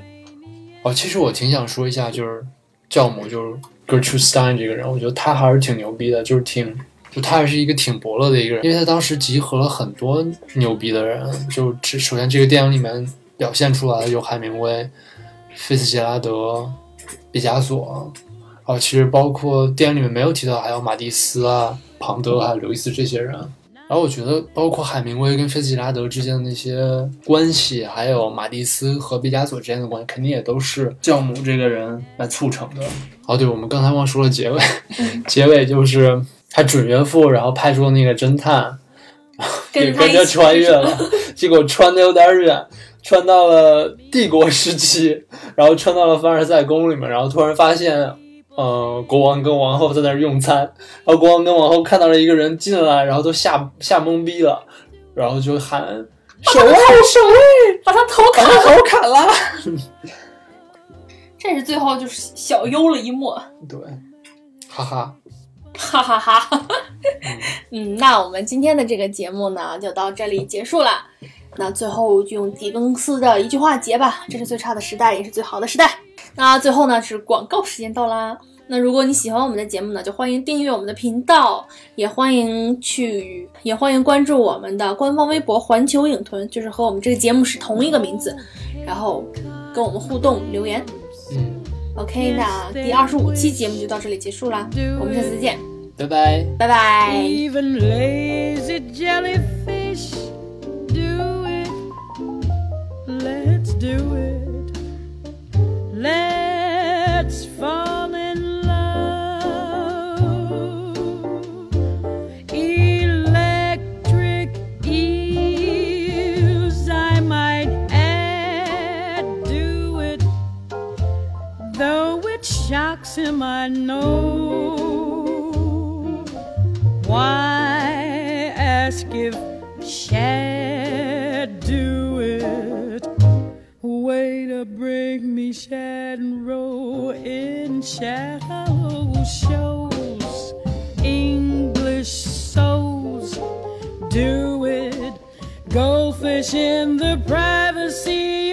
Speaker 1: 哦，其实我挺想说一下，就是教母就是 Gertrude Stein 这个人，我觉得她还是挺牛逼的，就是挺。就她还是一个挺伯乐的一个人，因为她当时集合了很多牛逼的人。就这，首先这个电影里面表现出来的有海明威、菲茨杰拉德、毕加索，啊，其实包括电影里面没有提到，还有马蒂斯啊、庞德还有刘易斯这些人。然后我觉得，包括海明威跟菲茨杰拉德之间的那些关系，还有马蒂斯和毕加索之间的关系，肯定也都是教母这个人来促成的。哦，对，我们刚才忘说了结尾， [laughs] 结尾就是他准岳父，然后派出那个侦探，也
Speaker 2: 跟着他
Speaker 1: 跟
Speaker 2: 一
Speaker 1: 着
Speaker 2: 起
Speaker 1: 穿越了，结果穿的有点远，穿到了帝国时期，然后穿到了凡尔赛宫里面，然后突然发现，呃，国王跟王后在那儿用餐，然后国王跟王后看到了一个人进来，然后都吓吓懵逼了，然后就喊守卫守卫，
Speaker 2: 把他头
Speaker 1: 把
Speaker 2: 砍，
Speaker 1: 他头砍了。
Speaker 2: [laughs] 这是最后就是小幽了一默，
Speaker 1: 对，哈哈，
Speaker 2: 哈哈哈。嗯，那我们今天的这个节目呢，就到这里结束了。那最后就用狄更斯的一句话结吧：这是最差的时代，也是最好的时代。那最后呢，是广告时间到啦。那如果你喜欢我们的节目呢，就欢迎订阅我们的频道，也欢迎去，也欢迎关注我们的官方微博“环球影屯”，就是和我们这个节目是同一个名字，然后跟我们互动留言。
Speaker 1: 嗯，
Speaker 2: OK，那第二十五期节目就到这里结束啦，我们下次再见，
Speaker 1: 拜拜。
Speaker 2: 拜
Speaker 3: 嗯
Speaker 2: 拜。
Speaker 3: Even lazy jellyfish do it. Let's do it. Let's fall in love. Electric eels, I might add, do it. Though it shocks him, I know. Why ask if Shad do it? Way to bring me Shad and roll in shallow shows. English souls do it. Goldfish in the privacy